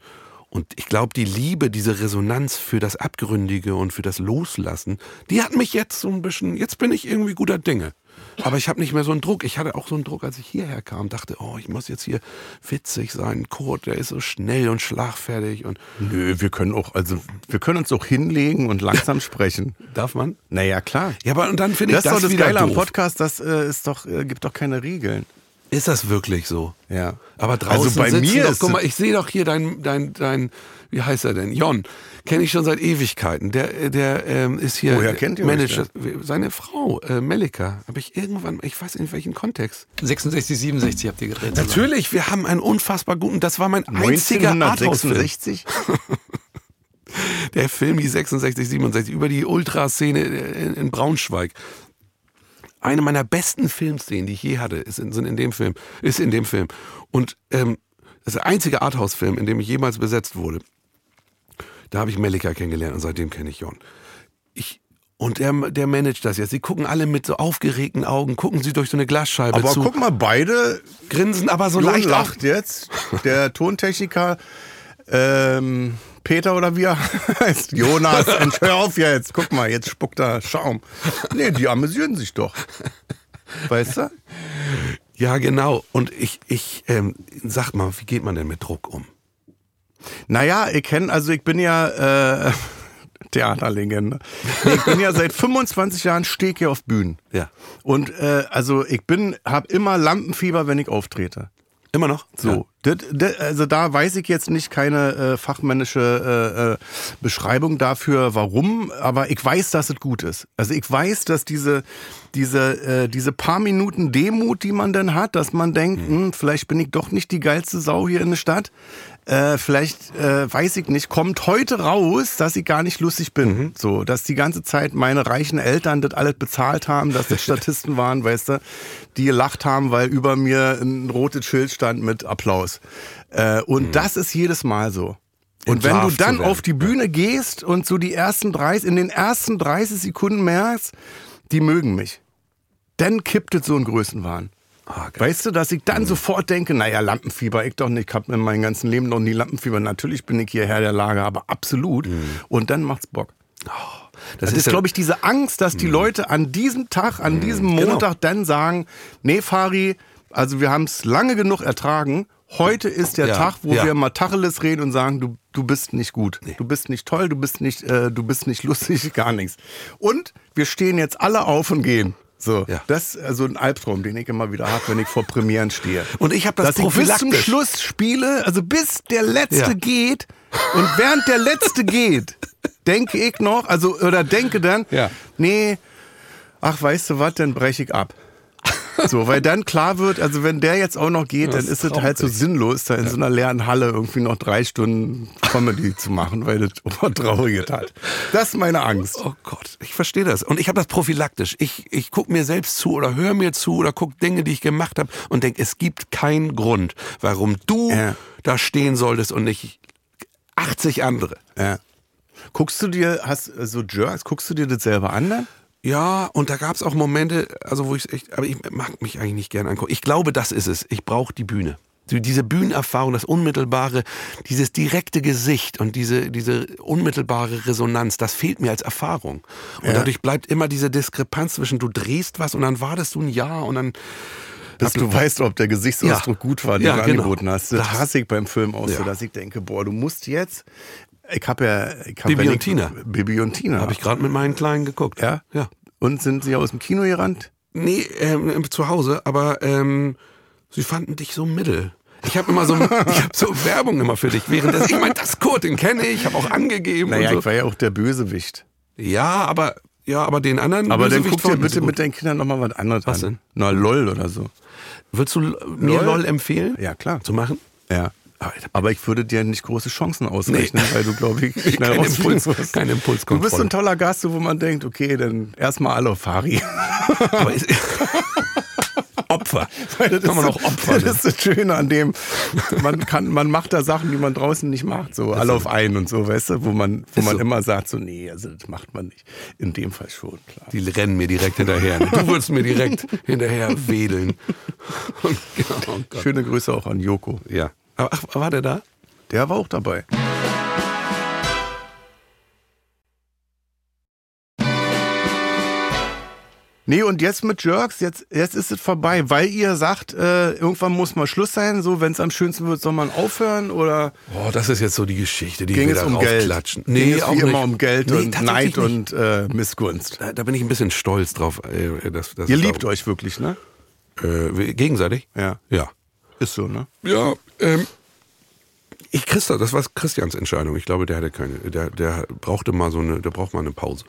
Speaker 3: Und ich glaube, die Liebe, diese Resonanz für das Abgründige und für das Loslassen, die hat mich jetzt so ein bisschen, jetzt bin ich irgendwie guter Dinge. Aber ich habe nicht mehr so einen Druck. Ich hatte auch so einen Druck, als ich hierher kam, dachte, oh, ich muss jetzt hier witzig sein. Kurt, der ist so schnell und schlagfertig und
Speaker 2: Nö, wir können auch, also wir können uns auch hinlegen und langsam sprechen.
Speaker 3: darf man?
Speaker 2: Naja, klar.
Speaker 3: Ja, aber und dann finde ich
Speaker 2: Das,
Speaker 3: das,
Speaker 2: ist doch das
Speaker 3: wieder
Speaker 2: Geile am
Speaker 3: doof.
Speaker 2: Podcast, das äh, ist doch, äh, gibt doch keine Regeln.
Speaker 3: Ist das wirklich so?
Speaker 2: Ja.
Speaker 3: Aber draußen
Speaker 2: Also bei
Speaker 3: sitzen
Speaker 2: mir
Speaker 3: doch,
Speaker 2: ist
Speaker 3: guck
Speaker 2: es-
Speaker 3: mal, ich sehe doch hier dein, dein, dein, wie heißt er denn? Jon, kenne ich schon seit Ewigkeiten. Der, der ähm, ist hier
Speaker 2: Woher kennt ihr euch
Speaker 3: Manager. Seine Frau, äh, Melika, habe ich irgendwann, ich weiß in welchem Kontext.
Speaker 4: 66, 67 habt ihr gedreht. zusammen.
Speaker 3: Natürlich, wir haben einen unfassbar guten, das war mein einziger Arthouse-Film. [LAUGHS]
Speaker 2: 1966?
Speaker 3: Der Film, die 66, 67, über die Ultraszene in, in Braunschweig. Eine meiner besten Filmszenen, die ich je hatte, ist in, sind in dem Film, ist in dem Film. Und ähm, das ist der einzige Arthouse-Film, in dem ich jemals besetzt wurde. Da habe ich Melika kennengelernt und seitdem kenne ich Jon. Ich, und der, der managt das jetzt. Sie gucken alle mit so aufgeregten Augen, gucken sie durch so eine Glasscheibe
Speaker 2: Aber
Speaker 3: zu,
Speaker 2: guck mal, beide
Speaker 3: grinsen aber so
Speaker 2: Jon
Speaker 3: leicht auf,
Speaker 2: lacht jetzt. Der Tontechniker ähm, Peter oder wie er [LAUGHS] heißt. Jonas, Mensch, hör auf jetzt. Guck mal, jetzt spuckt er Schaum. Nee, die amüsieren sich doch. Weißt du?
Speaker 3: Ja, genau. Und ich, ich, ähm, sag mal, wie geht man denn mit Druck um?
Speaker 2: Naja, ich kenn, also ich bin ja äh, [LAUGHS] Theaterlegende. Nee, ich bin ja seit 25 Jahren stehe ich hier auf Bühnen.
Speaker 3: Ja.
Speaker 2: Und äh, also ich bin, habe immer Lampenfieber, wenn ich auftrete.
Speaker 3: Immer noch?
Speaker 2: So, das, das, also da weiß ich jetzt nicht keine äh, fachmännische äh, äh, Beschreibung dafür, warum, aber ich weiß, dass es gut ist. Also ich weiß, dass diese, diese, äh, diese paar Minuten Demut, die man dann hat, dass man denkt, hm, vielleicht bin ich doch nicht die geilste Sau hier in der Stadt, äh, vielleicht äh, weiß ich nicht, kommt heute raus, dass ich gar nicht lustig bin.
Speaker 3: Mhm.
Speaker 2: So, dass die ganze Zeit meine reichen Eltern das alles bezahlt haben, dass
Speaker 3: [LAUGHS]
Speaker 2: das Statisten waren, weißt du, die gelacht haben, weil über mir ein rotes Schild stand mit Applaus. Äh, und das ist jedes Mal so. Und wenn du
Speaker 3: Entlarvt Mhm. zu
Speaker 2: dann
Speaker 3: werden.
Speaker 2: auf die Bühne gehst und so die ersten 30, in den ersten 30 Sekunden merkst, die mögen mich, dann kippt es so ein Größenwahn.
Speaker 3: Ah, geil.
Speaker 2: Weißt du, dass ich dann sofort denke, naja, Lampenfieber, ich doch nicht, ich habe in meinem ganzen Leben noch nie Lampenfieber. Natürlich bin ich hier Herr der Lage, aber absolut. Und dann macht's Bock.
Speaker 3: Hm. Oh, Das,
Speaker 2: Das ist,
Speaker 3: ja- Hm.
Speaker 2: glaube ich, diese Angst, dass die Leute an diesem Tag, an diesem
Speaker 3: Genau.
Speaker 2: Montag dann sagen, nee, Fari, also wir haben es lange genug ertragen. Heute ist der
Speaker 3: Ja,
Speaker 2: Tag, wo
Speaker 3: ja.
Speaker 2: wir mal Tacheles reden und sagen, du, du bist nicht gut. Du bist nicht toll, du bist nicht, äh, du bist nicht lustig, [LAUGHS] gar nichts. Und wir stehen jetzt alle auf und gehen. So,
Speaker 3: Ja.
Speaker 2: das ist also ein Albtraum, den ich immer wieder habe, wenn ich vor Premieren stehe.
Speaker 3: Und ich hab das
Speaker 2: Dass ich bis zum
Speaker 3: prophylaktisch.
Speaker 2: Schluss spiele, also bis der Letzte
Speaker 3: Ja.
Speaker 2: geht und während der Letzte geht, denke ich noch, also oder denke dann,
Speaker 3: Ja.
Speaker 2: nee, ach weißt du was, dann breche ich ab. So, weil dann klar wird, also wenn der jetzt auch noch geht, dann ist es halt so sinnlos, da in so einer leeren Halle irgendwie noch drei Stunden Comedy zu machen, weil das [LAUGHS] übertrauriget hat. Das ist meine Angst.
Speaker 3: Oh Gott, ich verstehe das. Und ich habe das prophylaktisch. Ich, ich gucke mir selbst zu oder höre mir zu oder gucke Dinge, die ich gemacht habe und denke, es gibt keinen Grund, warum du
Speaker 2: Ja.
Speaker 3: da stehen solltest und nicht 80 andere.
Speaker 2: Ja. Guckst du dir, hast äh, so Jerks, guckst du dir das selber an dann?
Speaker 3: Ja, und da gab es auch Momente, also wo ich echt, aber ich mag mich eigentlich nicht gern angucken. Ich glaube, das ist es. Ich brauche die Bühne. Die- Diese Bühnenerfahrung, das unmittelbare, dieses direkte Gesicht und diese, diese unmittelbare Resonanz, das fehlt mir als Erfahrung. Und dadurch bleibt immer diese Diskrepanz zwischen, du drehst was und dann wartest du ein Jahr und dann
Speaker 2: Dass du weißt, ob der Gesichtsausdruck
Speaker 3: Ja.
Speaker 2: gut war, den
Speaker 3: Ja,
Speaker 2: du
Speaker 3: genau.
Speaker 2: angeboten hast. Das,
Speaker 3: Das-
Speaker 2: hasse ich beim Film auch so,
Speaker 3: Ja.
Speaker 2: dass ich denke, boah, du musst jetzt. Ich habe ja. Ich hab,
Speaker 3: Bibi
Speaker 2: wenn
Speaker 3: und
Speaker 2: ich-
Speaker 3: Tina.
Speaker 2: Bibi und Tina.
Speaker 3: habe ich gerade mit meinen Kleinen geguckt.
Speaker 2: Ja?
Speaker 3: Ja.
Speaker 2: Und sind sie aus dem Kino gerannt?
Speaker 3: Nee, ähm, zu Hause, aber ähm, sie fanden dich so mittel. Ich habe immer so, [LAUGHS] ich hab so Werbung immer für dich, während das, ich meine, das Kurt, den kenne ich, habe auch angegeben
Speaker 2: Naja,
Speaker 3: und
Speaker 2: ich
Speaker 3: so.
Speaker 2: war ja auch der Bösewicht.
Speaker 3: Ja, aber ja, aber den anderen.
Speaker 2: Aber dann guck
Speaker 3: Bösewicht
Speaker 2: dir
Speaker 3: fanden sie
Speaker 2: bitte
Speaker 3: gut.
Speaker 2: mit deinen Kindern nochmal was anderes
Speaker 3: Was
Speaker 2: an.
Speaker 3: denn?
Speaker 2: Na, LOL oder so.
Speaker 3: Würdest du L- mir
Speaker 2: LOL?
Speaker 3: LOL empfehlen?
Speaker 2: Ja, klar.
Speaker 3: Zu machen?
Speaker 2: Ja. Aber ich würde dir nicht große Chancen ausrechnen, weil du, glaube
Speaker 3: [LAUGHS]
Speaker 2: ich, schnell
Speaker 3: Kein
Speaker 2: rausfliegen
Speaker 3: Impuls-
Speaker 2: wirst.
Speaker 3: keine
Speaker 2: Du bist so
Speaker 3: Impulskontrolle.
Speaker 2: ein toller Gast, so wo man denkt, okay, dann erstmal alle auf Fari.
Speaker 3: [LAUGHS]
Speaker 2: [LAUGHS]
Speaker 3: Aber ist, Opfer.
Speaker 2: Weil das
Speaker 3: Kann man
Speaker 2: ist
Speaker 3: auch Opfer.
Speaker 2: Das ist das Schöne an dem, man, kann, man macht da Sachen, die man draußen nicht macht, so alle auf einen und so, weißt du, wo man, wo
Speaker 3: Ist
Speaker 2: man
Speaker 3: so.
Speaker 2: immer sagt, so nee, also das macht man nicht. In dem Fall schon, klar.
Speaker 3: Die rennen mir direkt hinterher. Du würdest
Speaker 2: [LAUGHS]
Speaker 3: mir direkt hinterher wedeln. Und, oh Gott.
Speaker 2: Schöne Grüße auch an Joko.
Speaker 3: Ja. Aber, ach, war der da?
Speaker 2: Der war auch dabei. Nee, und jetzt mit Jerks, jetzt, jetzt ist es vorbei, weil ihr sagt, äh, irgendwann muss mal Schluss sein, so wenn es am schönsten wird, soll man aufhören oder
Speaker 3: Oh, das ist jetzt so die Geschichte, die
Speaker 2: ging
Speaker 3: wir
Speaker 2: es
Speaker 3: da
Speaker 2: um Geld?
Speaker 3: raufklatschen.
Speaker 2: ging es
Speaker 3: auch
Speaker 2: wie
Speaker 3: nicht.
Speaker 2: immer um Geld
Speaker 3: Nee,
Speaker 2: und
Speaker 3: tatsächlich
Speaker 2: Neid
Speaker 3: nicht.
Speaker 2: und äh, Missgunst.
Speaker 3: Da, da bin ich ein bisschen stolz drauf. Äh, dass, dass
Speaker 2: Ihr
Speaker 3: es da-
Speaker 2: liebt euch wirklich, ne?
Speaker 3: Äh, wir- gegenseitig?
Speaker 2: Ja.
Speaker 3: Ja.
Speaker 2: Ist so, ne?
Speaker 3: Ja, ähm. Ich Christa, das war Christians Entscheidung. Ich glaube, der hatte keine. Der, der brauchte mal so eine, der braucht mal eine Pause.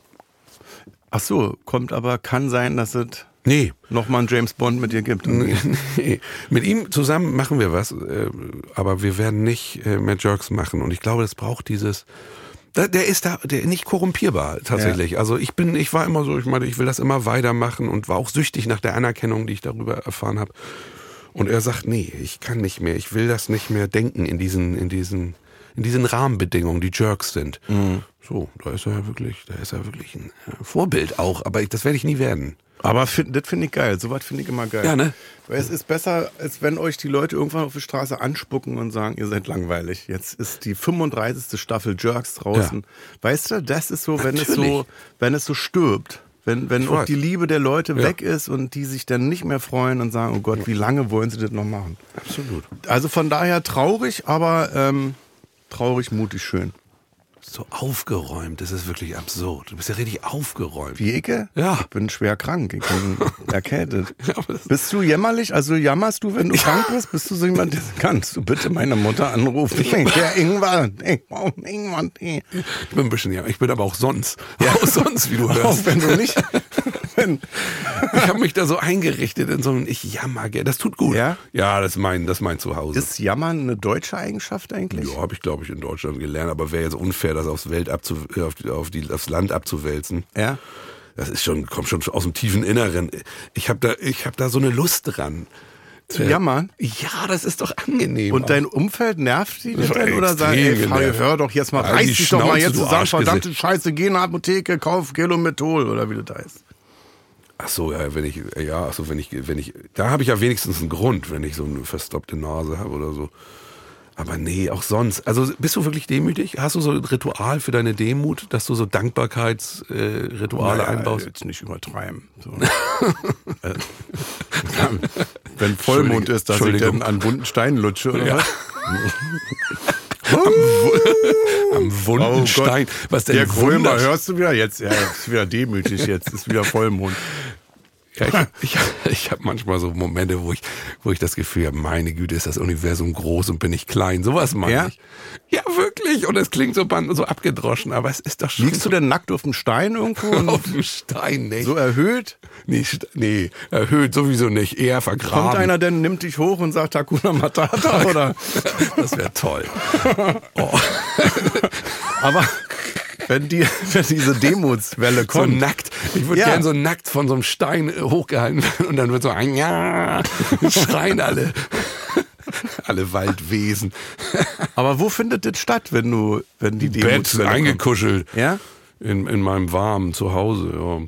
Speaker 2: Ach so, kommt aber, kann sein, dass es
Speaker 3: Nee.
Speaker 2: nochmal einen James Bond mit dir
Speaker 3: [LAUGHS]
Speaker 2: gibt.
Speaker 3: nee. Mit ihm zusammen machen wir was, äh, aber wir werden nicht äh, mehr Jerks machen. Und ich glaube, das braucht dieses. Da, der ist da, der nicht korrumpierbar tatsächlich. Also ich bin, ich war immer so, ich meine, ich will das immer weitermachen und war auch süchtig nach der Anerkennung, die ich darüber erfahren habe. Und er sagt, nee, ich kann nicht mehr, ich will das nicht mehr denken in diesen, in diesen, in diesen Rahmenbedingungen, die Jerks sind. So, da ist er wirklich, da ist er wirklich ein äh, Vorbild auch, aber ich, das werde ich nie werden.
Speaker 2: Aber find, das finde ich geil. Sowas finde ich immer geil.
Speaker 3: Ja, ne?
Speaker 2: Weil es ist besser, als wenn euch die Leute irgendwann auf der Straße anspucken und sagen, ihr seid langweilig. Jetzt ist die 35. Staffel Jerks draußen. Weißt du, das ist so, wenn es so,
Speaker 3: Natürlich.
Speaker 2: wenn es so stirbt. Wenn, wenn
Speaker 3: Ich
Speaker 2: auch
Speaker 3: weiß.
Speaker 2: die Liebe der Leute weg ist und die sich dann nicht mehr freuen und sagen, oh Gott, wie lange wollen sie das noch machen?
Speaker 3: Absolut.
Speaker 2: Also von daher traurig, aber ähm, traurig, mutig, schön.
Speaker 3: So aufgeräumt, das ist wirklich absurd. Du bist ja richtig aufgeräumt.
Speaker 2: Wie Ecke?
Speaker 3: Ja.
Speaker 2: Ich bin schwer krank, ich
Speaker 3: [LAUGHS]
Speaker 2: bin erkältet.
Speaker 3: aber das-
Speaker 2: Bist du jämmerlich? Also jammerst du, wenn du krank bist? Bist du so jemand,
Speaker 3: [LAUGHS]
Speaker 2: der kannst du bitte meine Mutter anrufen? Ja, Ingwer, Ingwer, Ingwer, Tee.
Speaker 3: Ich bin ein bisschen, ja, ich bin aber auch
Speaker 2: [LAUGHS]
Speaker 3: sonst. [LAUGHS] Auch sonst, wie du
Speaker 2: Auch
Speaker 3: hörst.
Speaker 2: wenn du
Speaker 3: [LAUGHS]
Speaker 2: nicht, wenn,
Speaker 3: Ich habe mich da so eingerichtet in so einem Ich jammer gerne. Das tut gut.
Speaker 2: Ja?
Speaker 3: ja das, ist mein, das ist mein Zuhause.
Speaker 2: ist Jammern eine deutsche Eigenschaft eigentlich?
Speaker 3: ja, habe ich, glaube ich, in Deutschland gelernt, aber wäre jetzt unfair, das aufs, Welt abzu äh, auf, die, auf die, aufs Land abzuwälzen.
Speaker 2: Ja.
Speaker 3: Das ist schon, kommt schon aus dem tiefen Inneren. Ich habe da, ich hab da so eine Lust dran. Äh,
Speaker 2: Zu jammern?
Speaker 3: Ja, das ist doch angenehm.
Speaker 2: Und dein Umfeld nervt die
Speaker 3: Das war
Speaker 2: denn? Oder
Speaker 3: extrem
Speaker 2: sagen, ey, Fabio,
Speaker 3: genervt.
Speaker 2: hör doch jetzt mal,
Speaker 3: Halt
Speaker 2: reiß
Speaker 3: die
Speaker 2: dich doch mal
Speaker 3: Schnauze,
Speaker 2: jetzt
Speaker 3: du
Speaker 2: zusammen,
Speaker 3: Arschgesicht.
Speaker 2: verdammte Scheiße, geh in eine Apotheke, kauf Gelomethol oder wie das heißt.
Speaker 3: Ach so, ja, wenn ich, ja, ach so, wenn ich, wenn ich, da habe ich ja wenigstens einen Grund, wenn ich so eine verstopfte Nase habe oder so. Aber nee, auch sonst. Also bist du wirklich demütig? Hast du so ein Ritual für deine Demut, dass du so Dankbarkeitsrituale äh, Rituale
Speaker 2: Naja,
Speaker 3: einbaust?
Speaker 2: Jetzt nicht übertreiben.
Speaker 3: [LAUGHS]
Speaker 2: So. Äh, Wenn Vollmond
Speaker 3: Entschuldige-
Speaker 2: ist, dass ich
Speaker 3: Entschuldigung.
Speaker 2: dann an bunten Steinen lutsche oder
Speaker 3: Ja. [LAUGHS]
Speaker 2: was? Oh
Speaker 3: Am wunden
Speaker 2: Gott.
Speaker 3: Stein. Was denn
Speaker 2: Der Krömer,
Speaker 3: wundert?
Speaker 2: hörst du wieder? Jetzt, ja, jetzt ist wieder demütig, jetzt ist wieder Vollmond.
Speaker 3: Ja, ich ich, ich habe manchmal so Momente, wo ich, wo ich das Gefühl habe, meine Güte, ist das Universum groß und bin ich klein. Sowas meine
Speaker 2: Ja?
Speaker 3: ich. Ja, wirklich. Und es klingt so, ban- so abgedroschen, aber es ist doch schon
Speaker 2: Liegst du denn nackt auf dem Stein
Speaker 3: [LAUGHS]
Speaker 2: irgendwo? Und
Speaker 3: auf dem Stein, nicht?
Speaker 2: so erhöht?
Speaker 3: Nee, st- nee, erhöht sowieso nicht, eher vergraben.
Speaker 2: Kommt einer denn, nimmt dich hoch und sagt Hakuna
Speaker 3: [LAUGHS]
Speaker 2: Matata? Oder?
Speaker 3: Das wäre
Speaker 2: [LAUGHS]
Speaker 3: toll. Oh,
Speaker 2: Aber wenn, die, wenn diese Demutswelle
Speaker 3: so
Speaker 2: kommt,
Speaker 3: nackt. Ich würde
Speaker 2: Ja.
Speaker 3: gern so nackt von so einem Stein äh, hochgehalten werden und dann wird so
Speaker 2: [LAUGHS]
Speaker 3: ein Ja, schreien alle.
Speaker 2: [LAUGHS]
Speaker 3: Alle Waldwesen.
Speaker 2: aber wo findet das statt, wenn du, wenn die
Speaker 3: Bett
Speaker 2: Demutswelle kommt?
Speaker 3: eingekuschelt.
Speaker 2: Ja?
Speaker 3: In, in meinem warmen Zuhause. Ja,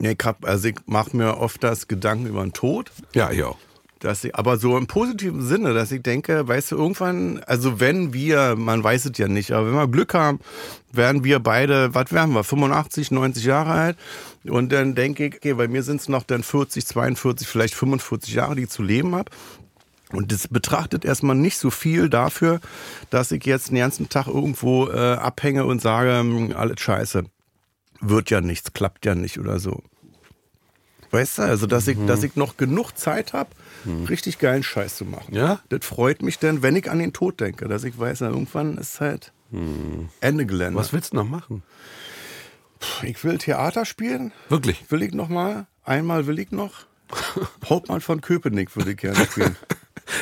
Speaker 2: Ja, ich, hab, also ich mache mir oft das Gedanken über den Tod.
Speaker 3: ja. ja.
Speaker 2: Dass ich, aber so im positiven Sinne, dass ich denke, weißt du, irgendwann, also wenn wir, man weiß es ja nicht, aber wenn wir Glück haben, werden wir beide, was werden wir, 85, 90 Jahre alt. Und dann denke ich, okay, bei mir sind es noch dann 40, 42, vielleicht 45 Jahre, die ich zu leben habe. Und das betrachtet erstmal nicht so viel dafür, dass ich jetzt den ganzen Tag irgendwo äh, abhänge und sage, "Mh, alles scheiße. Wird ja nichts, klappt ja nicht oder so. Weißt du, also dass
Speaker 3: Mhm.
Speaker 2: ich, dass ich noch genug Zeit habe, richtig geilen Scheiß zu machen.
Speaker 3: Ja?
Speaker 2: Das freut mich denn, wenn ich an den Tod denke, dass ich weiß, na, irgendwann ist halt Ende Gelände.
Speaker 3: Mhm. Was willst du noch machen?
Speaker 2: Ich will Theater spielen,
Speaker 3: Wirklich?
Speaker 2: will ich noch mal, einmal will ich
Speaker 3: [LAUGHS]
Speaker 2: noch. Hauptmann von Köpenick würde ich gerne spielen.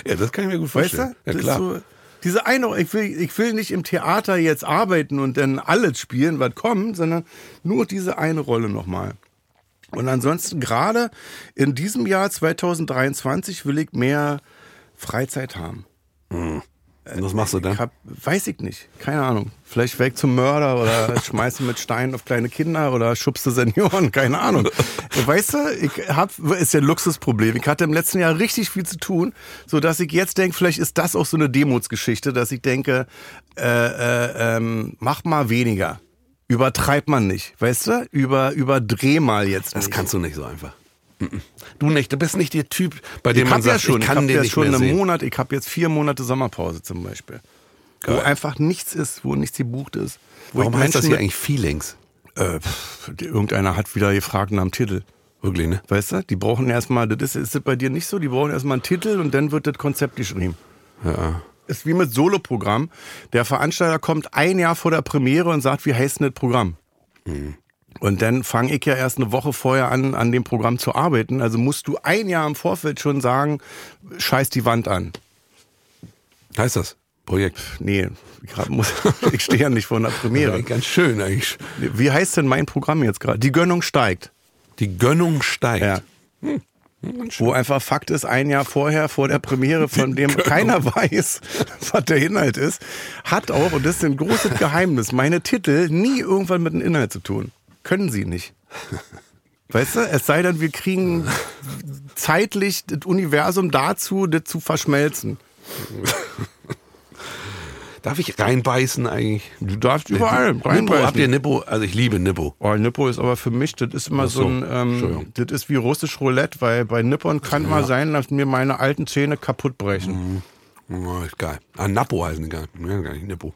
Speaker 3: Ja, das kann ich mir gut
Speaker 2: Weißt
Speaker 3: vorstellen.
Speaker 2: du? Das
Speaker 3: Ja,
Speaker 2: ist
Speaker 3: klar.
Speaker 2: So, diese eine, ich will, ich will nicht im Theater jetzt arbeiten und dann alles spielen, was kommt, sondern nur diese eine Rolle nochmal. Und ansonsten gerade in diesem Jahr 2023 will ich mehr Freizeit haben.
Speaker 3: Und was machst du dann?
Speaker 2: Äh, Ich hab, weiß ich nicht, keine Ahnung. Vielleicht weg zum Mörder oder schmeißt du mit Steinen auf kleine Kinder oder schubst du Senioren, keine Ahnung. Weißt du, ich hab, ist ja ein Luxusproblem. Ich hatte im letzten Jahr richtig viel zu tun, so dass ich jetzt denke, vielleicht ist das auch so eine Demutsgeschichte, dass ich denke, äh, äh, ähm, mach mal weniger. Übertreib man nicht, weißt du? Über, überdreh mal jetzt.
Speaker 3: Das
Speaker 2: Nicht.
Speaker 3: kannst du nicht so einfach. Mhm. Du nicht, du bist nicht der Typ, bei dem
Speaker 2: Ich
Speaker 3: man
Speaker 2: habe ja
Speaker 3: sagt,
Speaker 2: schon,
Speaker 3: ich
Speaker 2: ich,
Speaker 3: kann
Speaker 2: hab
Speaker 3: den
Speaker 2: ja
Speaker 3: nicht
Speaker 2: schon
Speaker 3: mehr
Speaker 2: einen
Speaker 3: sehen.
Speaker 2: Monat, ich habe jetzt vier Monate Sommerpause zum Beispiel. Wo
Speaker 3: Geil.
Speaker 2: einfach nichts ist, wo nichts gebucht ist. Wo
Speaker 3: Warum
Speaker 2: ich
Speaker 3: heißt das hier
Speaker 2: Menschen-
Speaker 3: eigentlich Feelings?
Speaker 2: Äh, pff, irgendeiner hat wieder gefragt nach dem Titel.
Speaker 3: Wirklich, ne?
Speaker 2: Weißt du, die brauchen erstmal, das ist, ist das bei dir nicht so, die brauchen erstmal einen Titel und dann wird das Konzept geschrieben.
Speaker 3: Ja.
Speaker 2: Ist wie mit Soloprogramm. Der Veranstalter kommt ein Jahr vor der Premiere und sagt, wie heißt denn das Programm?
Speaker 3: Mhm.
Speaker 2: Und dann fange ich ja erst eine Woche vorher an, an dem Programm zu arbeiten. Also musst du ein Jahr im Vorfeld schon sagen, scheiß die Wand an.
Speaker 3: Heißt das? Projekt.
Speaker 2: Nee, ich, hab- muss, [LAUGHS] ich stehe ja nicht vor einer
Speaker 3: Ja,
Speaker 2: Premiere.
Speaker 3: ganz schön eigentlich.
Speaker 2: Wie heißt denn mein Programm jetzt gerade? Die Gönnung steigt.
Speaker 3: Die Gönnung steigt.
Speaker 2: Ja. Wo einfach Fakt ist, ein Jahr vorher, vor der Premiere, von dem keiner weiß, [LAUGHS] was der Inhalt ist, hat auch, und das ist ein großes Geheimnis, meine Titel nie irgendwann mit dem Inhalt zu tun. Können sie nicht. Weißt du, es sei denn, wir kriegen zeitlich das Universum dazu, das zu verschmelzen.
Speaker 3: Darf ich reinbeißen eigentlich?
Speaker 2: Du darfst überall
Speaker 3: Nippo, habt ihr
Speaker 2: reinbeißen.
Speaker 3: Nippo? Also ich liebe Nippo.
Speaker 2: Oh, Nippo ist aber für mich, das ist immer
Speaker 3: Ach
Speaker 2: so,
Speaker 3: so,
Speaker 2: ein, ähm,
Speaker 3: Entschuldigung.
Speaker 2: das ist wie russisch Roulette, weil bei Nippon kann mal sein, dass mir meine alten Zähne kaputt brechen.
Speaker 3: Oh, ist geil. Ah, Nappo heißen die gar nicht. Ja, gar nicht Nippo.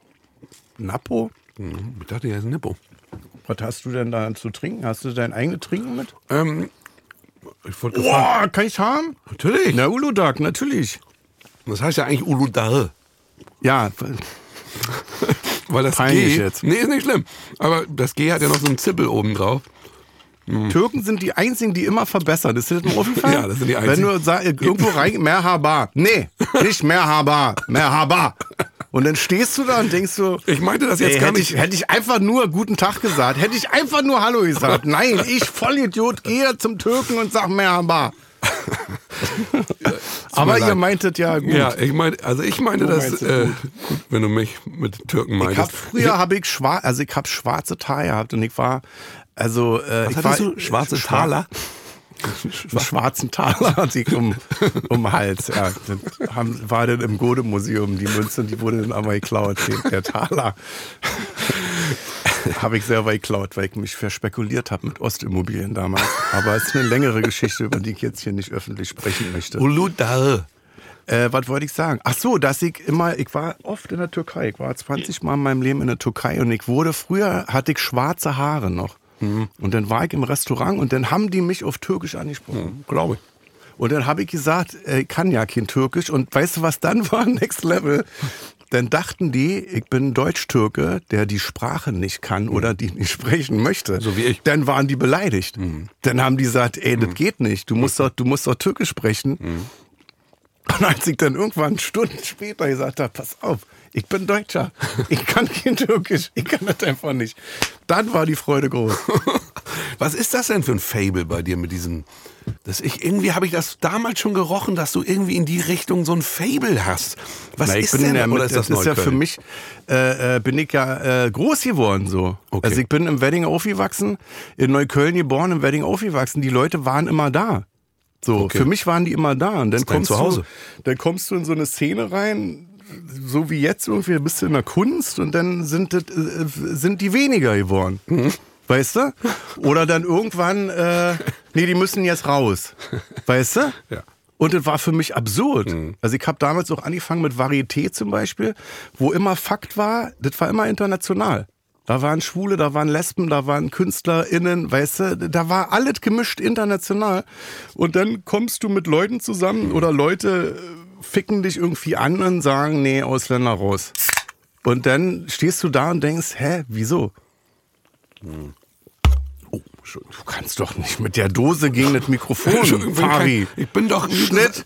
Speaker 2: Nappo?
Speaker 3: Mhm, Ich dachte, hier ist ein Nippo.
Speaker 2: Was hast du denn da zu trinken? Hast du dein eigenes Trinken mit?
Speaker 3: Ähm, ich wollte gefragt.
Speaker 2: Boah, kann ich haben?
Speaker 3: Natürlich.
Speaker 2: Na, Uludag, natürlich.
Speaker 3: Das heißt ja eigentlich Uludare.
Speaker 2: Ja,
Speaker 3: Weil das
Speaker 2: Peinlich
Speaker 3: G.
Speaker 2: jetzt.
Speaker 3: Nee, ist nicht schlimm. Aber das G hat ja noch so einen Zippel oben drauf.
Speaker 2: Türken sind die einzigen, die immer verbessern. Ist dir das
Speaker 3: [LAUGHS]
Speaker 2: mal aufgefallen?
Speaker 3: Mhm. Ja, das sind die einzigen.
Speaker 2: Wenn du sag, irgendwo rein, Merhaba. Nee, nicht Merhaba, Merhaba. Und dann stehst du da und denkst du,
Speaker 3: Ich meinte das jetzt
Speaker 2: ey,
Speaker 3: gar
Speaker 2: hätte
Speaker 3: nicht.
Speaker 2: ich, hätte ich einfach nur guten Tag gesagt, hätte ich einfach nur Hallo
Speaker 3: [LAUGHS]
Speaker 2: gesagt. Nein, ich Vollidiot gehe zum Türken und sag
Speaker 3: [LAUGHS]
Speaker 2: Merhaba. Aber ihr
Speaker 3: leid.
Speaker 2: meintet ja gut.
Speaker 3: Ja, ich meine, also ich meine
Speaker 2: Du
Speaker 3: das,
Speaker 2: meinst es
Speaker 3: äh, gut, wenn du mich mit Türken
Speaker 2: Ich hab, [LAUGHS]
Speaker 3: meintest.
Speaker 2: früher habe ich schwarz, also ich habe schwarze Taille gehabt und ich war, also äh, ich war,
Speaker 3: hattest du? Schwarze
Speaker 2: schwa-
Speaker 3: Taler?
Speaker 2: einen schwarzen Taler hatte ich um, um den Hals. Ja, das haben, war dann im Gode-Museum die Münze und die wurde dann einmal geklaut, den- der Taler. habe ich selber geklaut, weil ich mich verspekuliert habe mit Ostimmobilien damals. Aber es ist eine längere Geschichte, über die ich jetzt hier nicht öffentlich sprechen möchte.
Speaker 3: Uludare.
Speaker 2: Äh, was wollte ich sagen? Ach so, dass ich immer, ich war oft in der Türkei. Ich war 20 Mal in meinem Leben in der Türkei und ich wurde, früher hatte ich schwarze Haare noch.
Speaker 3: Mhm.
Speaker 2: Und dann war ich im Restaurant und dann haben die mich auf Türkisch angesprochen.
Speaker 3: Glaube Mhm, ich.
Speaker 2: Und dann habe ich gesagt, äh, ich kann ja kein Türkisch. Und weißt du, was dann [LAUGHS] war? Next Level. Dann dachten die, ich bin Deutsch-Türke, der die Sprache nicht kann oder die nicht sprechen möchte.
Speaker 3: Mhm. So wie ich. Mhm.
Speaker 2: Dann waren die beleidigt. Dann haben die gesagt, ey, das geht nicht. Du musst doch, du musst doch Türkisch
Speaker 3: Mhm.
Speaker 2: sprechen. Und als ich dann irgendwann Stunden später gesagt habe, pass auf, ich bin Deutscher. Ich kann kein Türkisch. Ich kann das einfach nicht. Dann war die Freude groß.
Speaker 3: [LAUGHS] Was ist das denn für ein Fable bei dir mit diesem? Dass ich irgendwie habe ich das damals schon gerochen, dass du irgendwie in die Richtung so ein Fable hast. Was
Speaker 2: Na, ich
Speaker 3: ist
Speaker 2: bin
Speaker 3: denn
Speaker 2: ja mit,
Speaker 3: oder ist das,
Speaker 2: ist ja
Speaker 3: Neukölln?
Speaker 2: für mich, äh, äh, bin ich ja äh, groß geworden so.
Speaker 3: Okay.
Speaker 2: Also ich bin im Wedding aufgewachsen, in Neukölln geboren, im Wedding aufgewachsen. Die Leute waren immer da. So,
Speaker 3: Okay.
Speaker 2: für mich waren die immer da. Und dann
Speaker 3: dein
Speaker 2: kommst, du,
Speaker 3: Zuhause.
Speaker 2: dann kommst du in so eine Szene rein, so wie jetzt irgendwie, bist du in der Kunst und dann sind, das, äh, sind die weniger geworden.
Speaker 3: Mhm.
Speaker 2: Weißt du? Oder dann irgendwann, äh, nee, die müssen jetzt raus. Weißt du?
Speaker 3: Ja.
Speaker 2: Und das war für mich absurd. Also ich habe damals auch angefangen mit Varieté zum Beispiel, wo immer Fakt war, das war immer international. Da waren Schwule, da waren Lesben, da waren KünstlerInnen, weißt du, da war alles gemischt international. Und dann kommst du mit Leuten zusammen oder Leute äh, ficken dich irgendwie an und sagen, nee, Ausländer raus. Und dann stehst du da und denkst, hä, wieso? Oh, Entschuldigung. du kannst doch nicht mit der Dose gegen das Mikrofon,
Speaker 3: [LAUGHS] [LAUGHS] Entschuldigung, ich bin kein-
Speaker 2: Fabi.
Speaker 3: Ich bin doch
Speaker 2: Schnitt.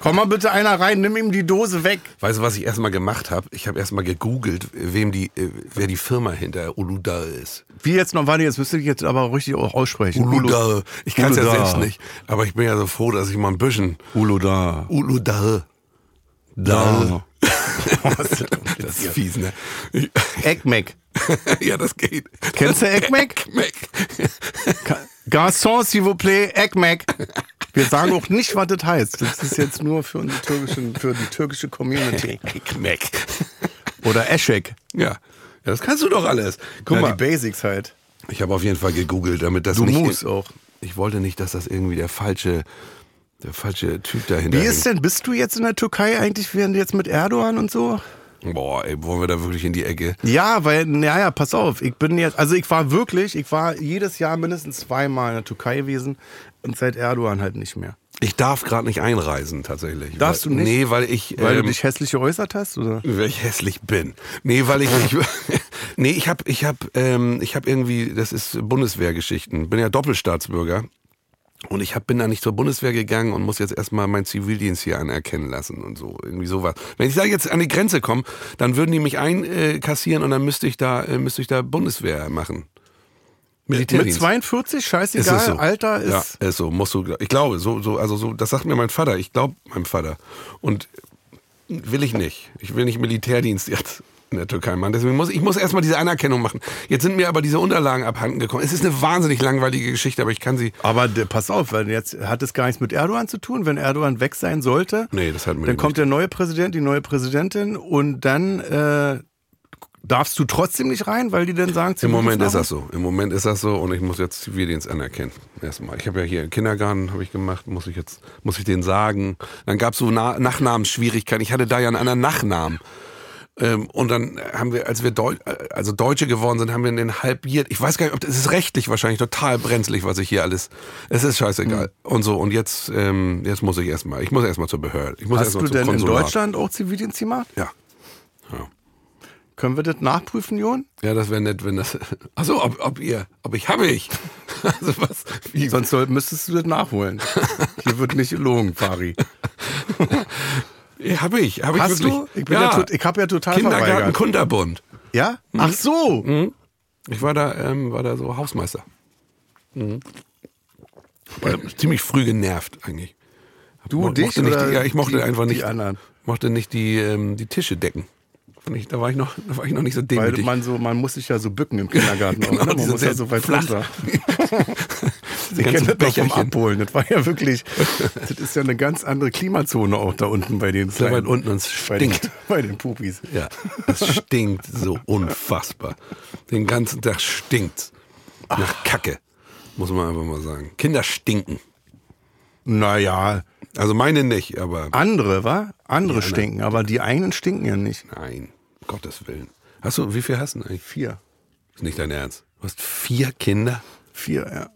Speaker 2: Komm mal bitte einer rein, nimm ihm die Dose weg.
Speaker 3: Weißt du, was ich erstmal gemacht habe? Ich habe erstmal gegoogelt, wem die, äh, wer die Firma hinter Uludare ist.
Speaker 2: Wie jetzt noch, warte, jetzt müsste ich jetzt aber richtig auch aussprechen.
Speaker 3: Uludare. Ich kann es ja
Speaker 2: Uludare.
Speaker 3: selbst nicht. Aber ich bin ja so froh, dass ich mal ein bisschen
Speaker 2: Ulo da. Ah.
Speaker 3: Uludare.
Speaker 2: [LAUGHS] Da.
Speaker 3: Das ist fies, ne? Ich-
Speaker 2: Eckmeck.
Speaker 3: [LAUGHS] ja, das geht.
Speaker 2: Kennst du Eckmeck? Garçon, s'il vous plaît, Eckmeck. Wir sagen auch nicht, was das heißt. Das ist jetzt nur für die, türkischen, für die türkische Community.
Speaker 3: Eckmeck.
Speaker 2: Oder Eschek.
Speaker 3: Ja. ja, das kannst du doch alles. Guck
Speaker 2: Na,
Speaker 3: mal,
Speaker 2: die Basics halt.
Speaker 3: Ich habe auf jeden Fall gegoogelt, damit das
Speaker 2: Du
Speaker 3: nicht.
Speaker 2: musst auch.
Speaker 3: Ich wollte nicht, dass das irgendwie der falsche, der falsche Typ dahinter
Speaker 2: Wie ist
Speaker 3: hängt.
Speaker 2: denn, bist du jetzt in der Türkei eigentlich, während jetzt mit Erdogan und so?
Speaker 3: Boah, ey, wollen wir da wirklich in die Ecke?
Speaker 2: Ja, weil, naja, pass auf, ich bin jetzt, also ich war wirklich, ich war jedes Jahr mindestens zweimal in der Türkei gewesen und seit Erdogan halt nicht mehr.
Speaker 3: Ich darf gerade nicht einreisen, tatsächlich.
Speaker 2: Darfst
Speaker 3: weil,
Speaker 2: du nicht?
Speaker 3: Nee, weil ich.
Speaker 2: Weil
Speaker 3: ähm,
Speaker 2: du dich hässlich geäußert hast, oder?
Speaker 3: weil ich hässlich bin. Nee, weil ich nicht. nee, ich hab, ich hab, ähm, ich hab irgendwie, das ist Bundeswehrgeschichten. Bin ja Doppelstaatsbürger. Und ich hab, bin da nicht zur Bundeswehr gegangen und muss jetzt erstmal meinen Zivildienst hier anerkennen lassen und so. Irgendwie sowas. Wenn ich da jetzt an die Grenze komme, dann würden die mich einkassieren und dann müsste ich da, äh, müsste ich da Bundeswehr machen.
Speaker 2: Mit
Speaker 3: Militärdienst.
Speaker 2: 42, scheißegal,
Speaker 3: Ist es so.
Speaker 2: Alter ist.
Speaker 3: Ja, ist so, musst du, ich glaube, so, so, also so, das sagt mir mein Vater, ich glaube meinem Vater. Und will ich nicht. Ich will nicht Militärdienst jetzt in der Türkei machen. Deswegen muss ich muss erstmal diese Anerkennung machen. Jetzt sind mir aber diese Unterlagen abhanden gekommen. Es ist eine wahnsinnig langweilige Geschichte, aber ich kann sie.
Speaker 2: Aber d- pass auf, weil jetzt hat es gar nichts mit Erdogan zu tun. Wenn Erdogan weg sein sollte,
Speaker 3: Nee, das hat mir
Speaker 2: dann
Speaker 3: nicht.
Speaker 2: kommt der neue Präsident, die neue Präsidentin und dann äh, darfst du trotzdem nicht rein, weil die dann sagen,
Speaker 3: Im Moment ist
Speaker 2: Zivildienst
Speaker 3: das so. Im Moment ist das so und ich muss jetzt Zivildienst anerkennen. Erstmal. Ich habe ja hier Kindergarten habe ich gemacht, muss ich jetzt muss ich den sagen. Dann gab es so Na Nachnamensschwierigkeiten. Ich hatte da ja einen anderen Nachnamen. Ähm, und dann haben wir, als wir Deu also Deutsche geworden sind, haben wir den halbiert. Ich weiß gar nicht, ob das ist rechtlich wahrscheinlich total brenzlig, was ich hier alles. Es ist scheißegal.
Speaker 2: Hm.
Speaker 3: Und so, und jetzt, ähm, jetzt muss ich erstmal, ich muss erstmal zur Behörde. Ich muss
Speaker 2: Hast
Speaker 3: erstmal
Speaker 2: du
Speaker 3: zum
Speaker 2: denn in
Speaker 3: Konsulat.
Speaker 2: Deutschland auch Zivildienst gemacht?
Speaker 3: Ja.
Speaker 2: Können wir das nachprüfen, Jon?
Speaker 3: Ja, das wäre nett, wenn das. [LAUGHS] Achso, ob, ob ihr. Ob ich habe ich. [LAUGHS] Also was? Wie,
Speaker 2: Sonst soll, müsstest du das nachholen. Hier wird nicht gelogen, Fari.
Speaker 3: [LAUGHS] Ja, Habe ich. Hab ich
Speaker 2: Hast
Speaker 3: wirklich.
Speaker 2: du? Ich, bin ja. tot- ich habe ja total
Speaker 3: Kindergarten
Speaker 2: verweigert.
Speaker 3: Kunterbund.
Speaker 2: [LAUGHS] Ja?
Speaker 3: Mhm.
Speaker 2: Ach so.
Speaker 3: Ich war da, ähm, war da so Hausmeister. War ziemlich früh genervt eigentlich.
Speaker 2: Äh, Du,
Speaker 3: Mo-
Speaker 2: dich
Speaker 3: mochte nicht,
Speaker 2: oder
Speaker 3: die- ja, ich mochte
Speaker 2: die-
Speaker 3: einfach nicht
Speaker 2: die anderen?
Speaker 3: mochte nicht die, ähm, die Tische decken. Fand ich, da war ich noch, da war ich noch nicht so
Speaker 2: Weil
Speaker 3: demütig.
Speaker 2: man so, man muss sich ja so bücken
Speaker 3: [LAUGHS]
Speaker 2: im Kindergarten.
Speaker 3: Genau,
Speaker 2: auch, ne?
Speaker 3: die
Speaker 2: Man
Speaker 3: sind
Speaker 2: muss ja
Speaker 3: sehr
Speaker 2: so weit
Speaker 3: flach.
Speaker 2: runter.
Speaker 3: Die
Speaker 2: Ich
Speaker 3: ganzen
Speaker 2: kenne das doch vom
Speaker 3: Becherchen.
Speaker 2: Abholen. Das war ja
Speaker 3: [LAUGHS]
Speaker 2: wirklich, das ist ja eine ganz andere Klimazone auch da unten bei den
Speaker 3: Da
Speaker 2: kleinen,
Speaker 3: weit unten und es
Speaker 2: bei den,
Speaker 3: stinkt.
Speaker 2: [LAUGHS] bei den Pupis.
Speaker 3: Ja, es stinkt so unfassbar. Den ganzen Tag stinkt nach Kacke, muss man einfach mal sagen. Kinder stinken.
Speaker 2: Naja,
Speaker 3: Also meine nicht, aber
Speaker 2: andere, wa? Andere
Speaker 3: ne.
Speaker 2: stinken, aber die eigenen stinken ja nicht.
Speaker 3: nein, um Gottes Willen. Hast du, wie viel hast du denn eigentlich?
Speaker 2: Vier.
Speaker 3: Ist nicht dein Ernst. Du hast vier Kinder?
Speaker 2: Vier, ja.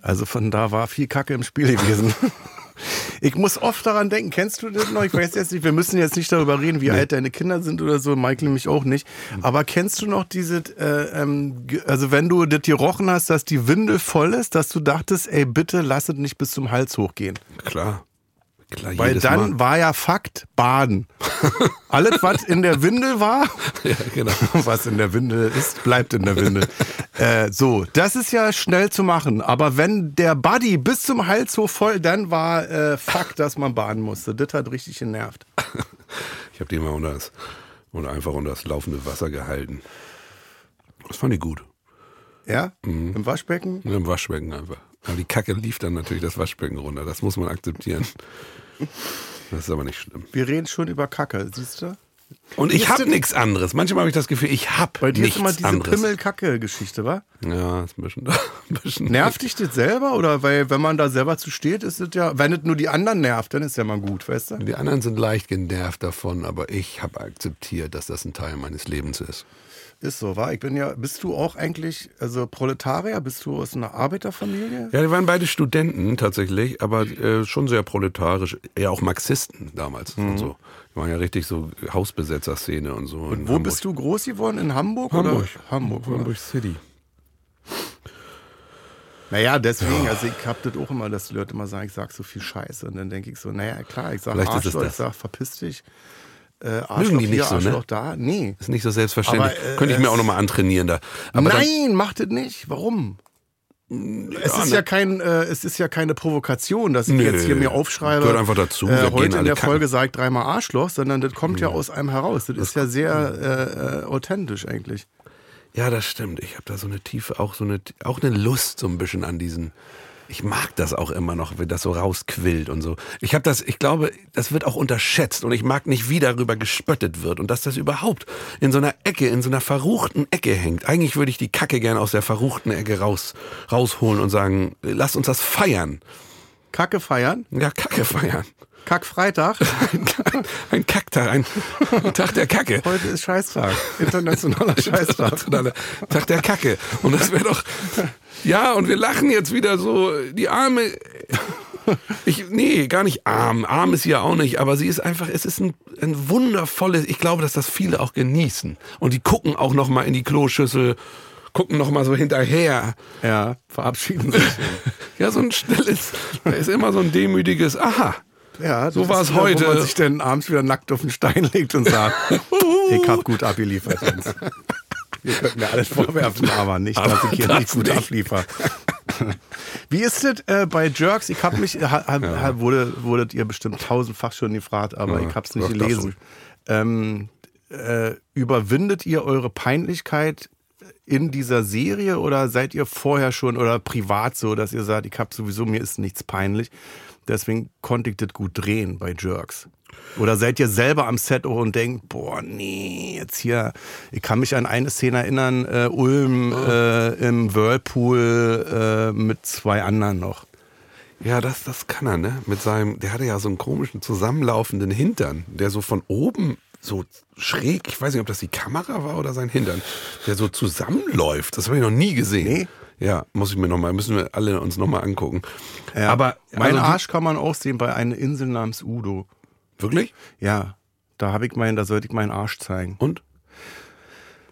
Speaker 2: Also von da war viel Kacke im Spiel gewesen. Ich muss oft daran denken, kennst du das noch? Ich weiß jetzt nicht, wir müssen jetzt nicht darüber reden, wie alt deine Kinder sind oder so, Michael mich auch nicht. Aber kennst du noch diese, äh, ähm, ge- also wenn du das gerochen hast, dass die Windel voll ist, dass du dachtest, ey, bitte lass es nicht bis zum Hals hochgehen.
Speaker 3: Klar. Klar,
Speaker 2: Weil
Speaker 3: jedes
Speaker 2: dann
Speaker 3: Mal.
Speaker 2: war ja Fakt,
Speaker 3: [LAUGHS]
Speaker 2: baden. Alles, was in der Windel war,
Speaker 3: Ja, genau.
Speaker 2: [LAUGHS] was in der Windel ist, bleibt in der Windel. äh, so, das ist ja schnell zu machen. Aber wenn der Buddy bis zum Hals hoch voll, dann war äh, fuck, dass man baden musste. Das hat richtig genervt.
Speaker 3: Ich habe die immer unter das, unter einfach unter das laufende Wasser gehalten. Das fand ich gut.
Speaker 2: Ja?
Speaker 3: Mhm.
Speaker 2: Im Waschbecken?
Speaker 3: Und im Waschbecken einfach. Aber die Kacke lief dann natürlich das Waschbecken runter. Das muss man akzeptieren. Das ist aber nicht schlimm.
Speaker 2: Wir reden schon über Kacke, siehst du?
Speaker 3: Und ich
Speaker 2: Siehst
Speaker 3: habe
Speaker 2: du-
Speaker 3: nichts anderes. Manchmal habe ich das Gefühl, ich habe
Speaker 2: Bei dir
Speaker 3: nichts
Speaker 2: ist immer diese
Speaker 3: anderes.
Speaker 2: Pimmel-Kacke-Geschichte, wa?
Speaker 3: ja, ist ein bisschen, [LAUGHS] ein bisschen
Speaker 2: Nervt dich das selber? Oder weil, wenn man da selber zu steht, ist es ja, wenn es nur die anderen nervt, dann ist ja mal gut, weißt du?
Speaker 3: Die anderen sind leicht genervt davon, aber ich habe akzeptiert, dass das ein Teil meines Lebens ist.
Speaker 2: Ist so, wa? Ich bin ja, bist du auch eigentlich, also Proletarier? Bist du aus einer Arbeiterfamilie?
Speaker 3: Ja, die waren beide Studenten tatsächlich, aber äh, schon sehr proletarisch, eher auch Marxisten damals und so. Die waren ja richtig so Hausbesetzer-Szene Mhm. und so.
Speaker 2: Wo bist du groß geworden? In Hamburg?
Speaker 3: Hamburg.
Speaker 2: Oder? Hamburg. Hamburg.
Speaker 3: Hamburg City.
Speaker 2: Naja, deswegen, also ich hab das auch immer, dass die Leute immer sagen, ich sag so viel Scheiße. Und dann denke ich so, naja, klar, ich sag
Speaker 3: Vielleicht ist es
Speaker 2: Arschloch, ich
Speaker 3: das.
Speaker 2: sag verpiss dich. Äh, Arschloch
Speaker 3: die nicht
Speaker 2: hier,
Speaker 3: so, ne?
Speaker 2: Arschloch da. Nee.
Speaker 3: Ist nicht so selbstverständlich.
Speaker 2: Aber, äh,
Speaker 3: Könnte ich mir
Speaker 2: es-
Speaker 3: auch nochmal antrainieren da. Aber dann-
Speaker 2: Nein, macht das nicht. Warum? Es ist
Speaker 3: ne.
Speaker 2: ja kein, äh, es ist ja keine Provokation, dass ich
Speaker 3: Nö.
Speaker 2: jetzt hier mir aufschreibe.
Speaker 3: Gehört einfach dazu. Wir
Speaker 2: Äh,
Speaker 3: gehen
Speaker 2: heute in
Speaker 3: alle
Speaker 2: der
Speaker 3: kacken.
Speaker 2: Folge sage ich dreimal Arschloch, sondern das kommt ja aus einem heraus. Das, ist ja sehr äh, äh, authentisch eigentlich.
Speaker 3: Ja, das stimmt. Ich habe da so eine tiefe, auch so eine, auch eine Lust so ein bisschen an diesen. Ich mag das auch immer noch, wenn das so rausquillt und so. Ich habe das, ich glaube, das wird auch unterschätzt und ich mag nicht, wie darüber gespöttet wird und dass das überhaupt in so einer Ecke, in so einer verruchten Ecke hängt. Eigentlich würde ich die Kacke gern aus der verruchten Ecke raus, rausholen und sagen, lasst uns das feiern.
Speaker 2: Kacke feiern,
Speaker 3: Ja, Kacke feiern. [LAUGHS]
Speaker 2: Kackfreitag.
Speaker 3: Ein, Kack- ein Kacktag, ein, ein Tag der Kacke.
Speaker 2: Heute ist Scheißtag.
Speaker 3: [LAUGHS]
Speaker 2: [LAUGHS] Internationaler Scheißtag.
Speaker 3: internationale Tag der Kacke. Und das wäre doch. Ja, und wir lachen jetzt wieder so. Die Arme. Ich, nee, gar nicht arm. Arm ist sie ja auch nicht, aber sie ist einfach, es ist ein, ein wundervolles, ich glaube, dass das viele auch genießen. Und die gucken auch nochmal in die Kloschüssel, gucken nochmal so hinterher.
Speaker 2: Ja, verabschieden sich.
Speaker 3: [LAUGHS] Ja, so ein stilles, da ist immer so ein demütiges, aha.
Speaker 2: Ja, das
Speaker 3: So
Speaker 2: ist
Speaker 3: war's
Speaker 2: wieder,
Speaker 3: heute.
Speaker 2: Wo man sich dann abends wieder nackt auf den Stein legt und
Speaker 3: [LAUGHS]
Speaker 2: sagt, ich hab gut abgeliefert. Jungs. Ihr könnt mir alles vorwerfen, aber nicht, dass
Speaker 3: Aber
Speaker 2: ich hier
Speaker 3: das
Speaker 2: nicht gut
Speaker 3: nicht.
Speaker 2: abliefer. Wie ist das äh, bei Jerks? Ich habe mich, äh, ha, ha, wurde, wurdet ihr bestimmt tausendfach schon gefragt, aber
Speaker 3: Ja,
Speaker 2: ich hab's nicht
Speaker 3: sag das
Speaker 2: gelesen.
Speaker 3: ruhig.
Speaker 2: Ähm, äh, überwindet ihr eure Peinlichkeit in dieser Serie oder seid ihr vorher schon oder privat so, dass ihr sagt, ich hab sowieso, mir ist nichts peinlich. Deswegen konnte ich das gut drehen bei Jerks. Oder seid ihr selber am Set auch und denkt, boah, nee, jetzt hier, ich kann mich an eine Szene erinnern, äh, Ulm äh, im Whirlpool äh, mit zwei anderen noch.
Speaker 3: Ja, das, das kann er, ne? Mit seinem, der hatte ja so einen komischen zusammenlaufenden Hintern, der so von oben so schräg, ich weiß nicht, ob das die Kamera war oder sein Hintern, der so zusammenläuft. Das habe ich noch nie gesehen.
Speaker 2: Nee.
Speaker 3: Ja, muss ich mir noch mal, müssen wir alle uns noch mal angucken.
Speaker 2: Ja.
Speaker 3: Aber
Speaker 2: Mein
Speaker 3: also,
Speaker 2: Arsch kann man auch sehen bei einer Insel namens Udo.
Speaker 3: wirklich?
Speaker 2: Ja, da habe ich meinen, da sollte ich meinen Arsch zeigen.
Speaker 3: Und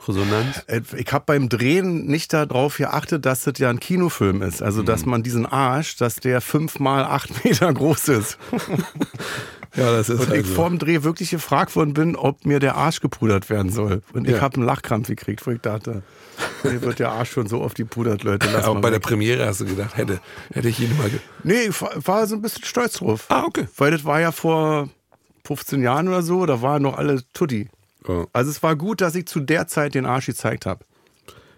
Speaker 3: Resonanz?
Speaker 2: Äh, Ich habe beim Drehen nicht darauf geachtet, dass das ja ein Kinofilm ist. Also,
Speaker 3: Mhm.
Speaker 2: dass man diesen Arsch, dass der fünfmal acht [LAUGHS] Meter groß ist.
Speaker 3: Ja, das also ist
Speaker 2: Und ich vorm Dreh wirklich gefragt worden bin, ob mir der Arsch gepudert werden soll. Und ich
Speaker 3: Ja.
Speaker 2: habe einen Lachkrampf gekriegt, wo ich dachte, mir wird der Arsch schon so oft gepudert, Leute. Lass
Speaker 3: auch
Speaker 2: mal
Speaker 3: bei der
Speaker 2: weg.
Speaker 3: Premiere hast du gedacht, hätte, hätte ich ihn mal. Ge
Speaker 2: nee, ich war war so ein bisschen stolz drauf.
Speaker 3: ah, okay.
Speaker 2: Weil das war ja vor 15 Jahren oder so, da waren noch alle Tutti.
Speaker 3: Oh,
Speaker 2: Also es war gut, dass ich zu der Zeit den Arsch gezeigt habe.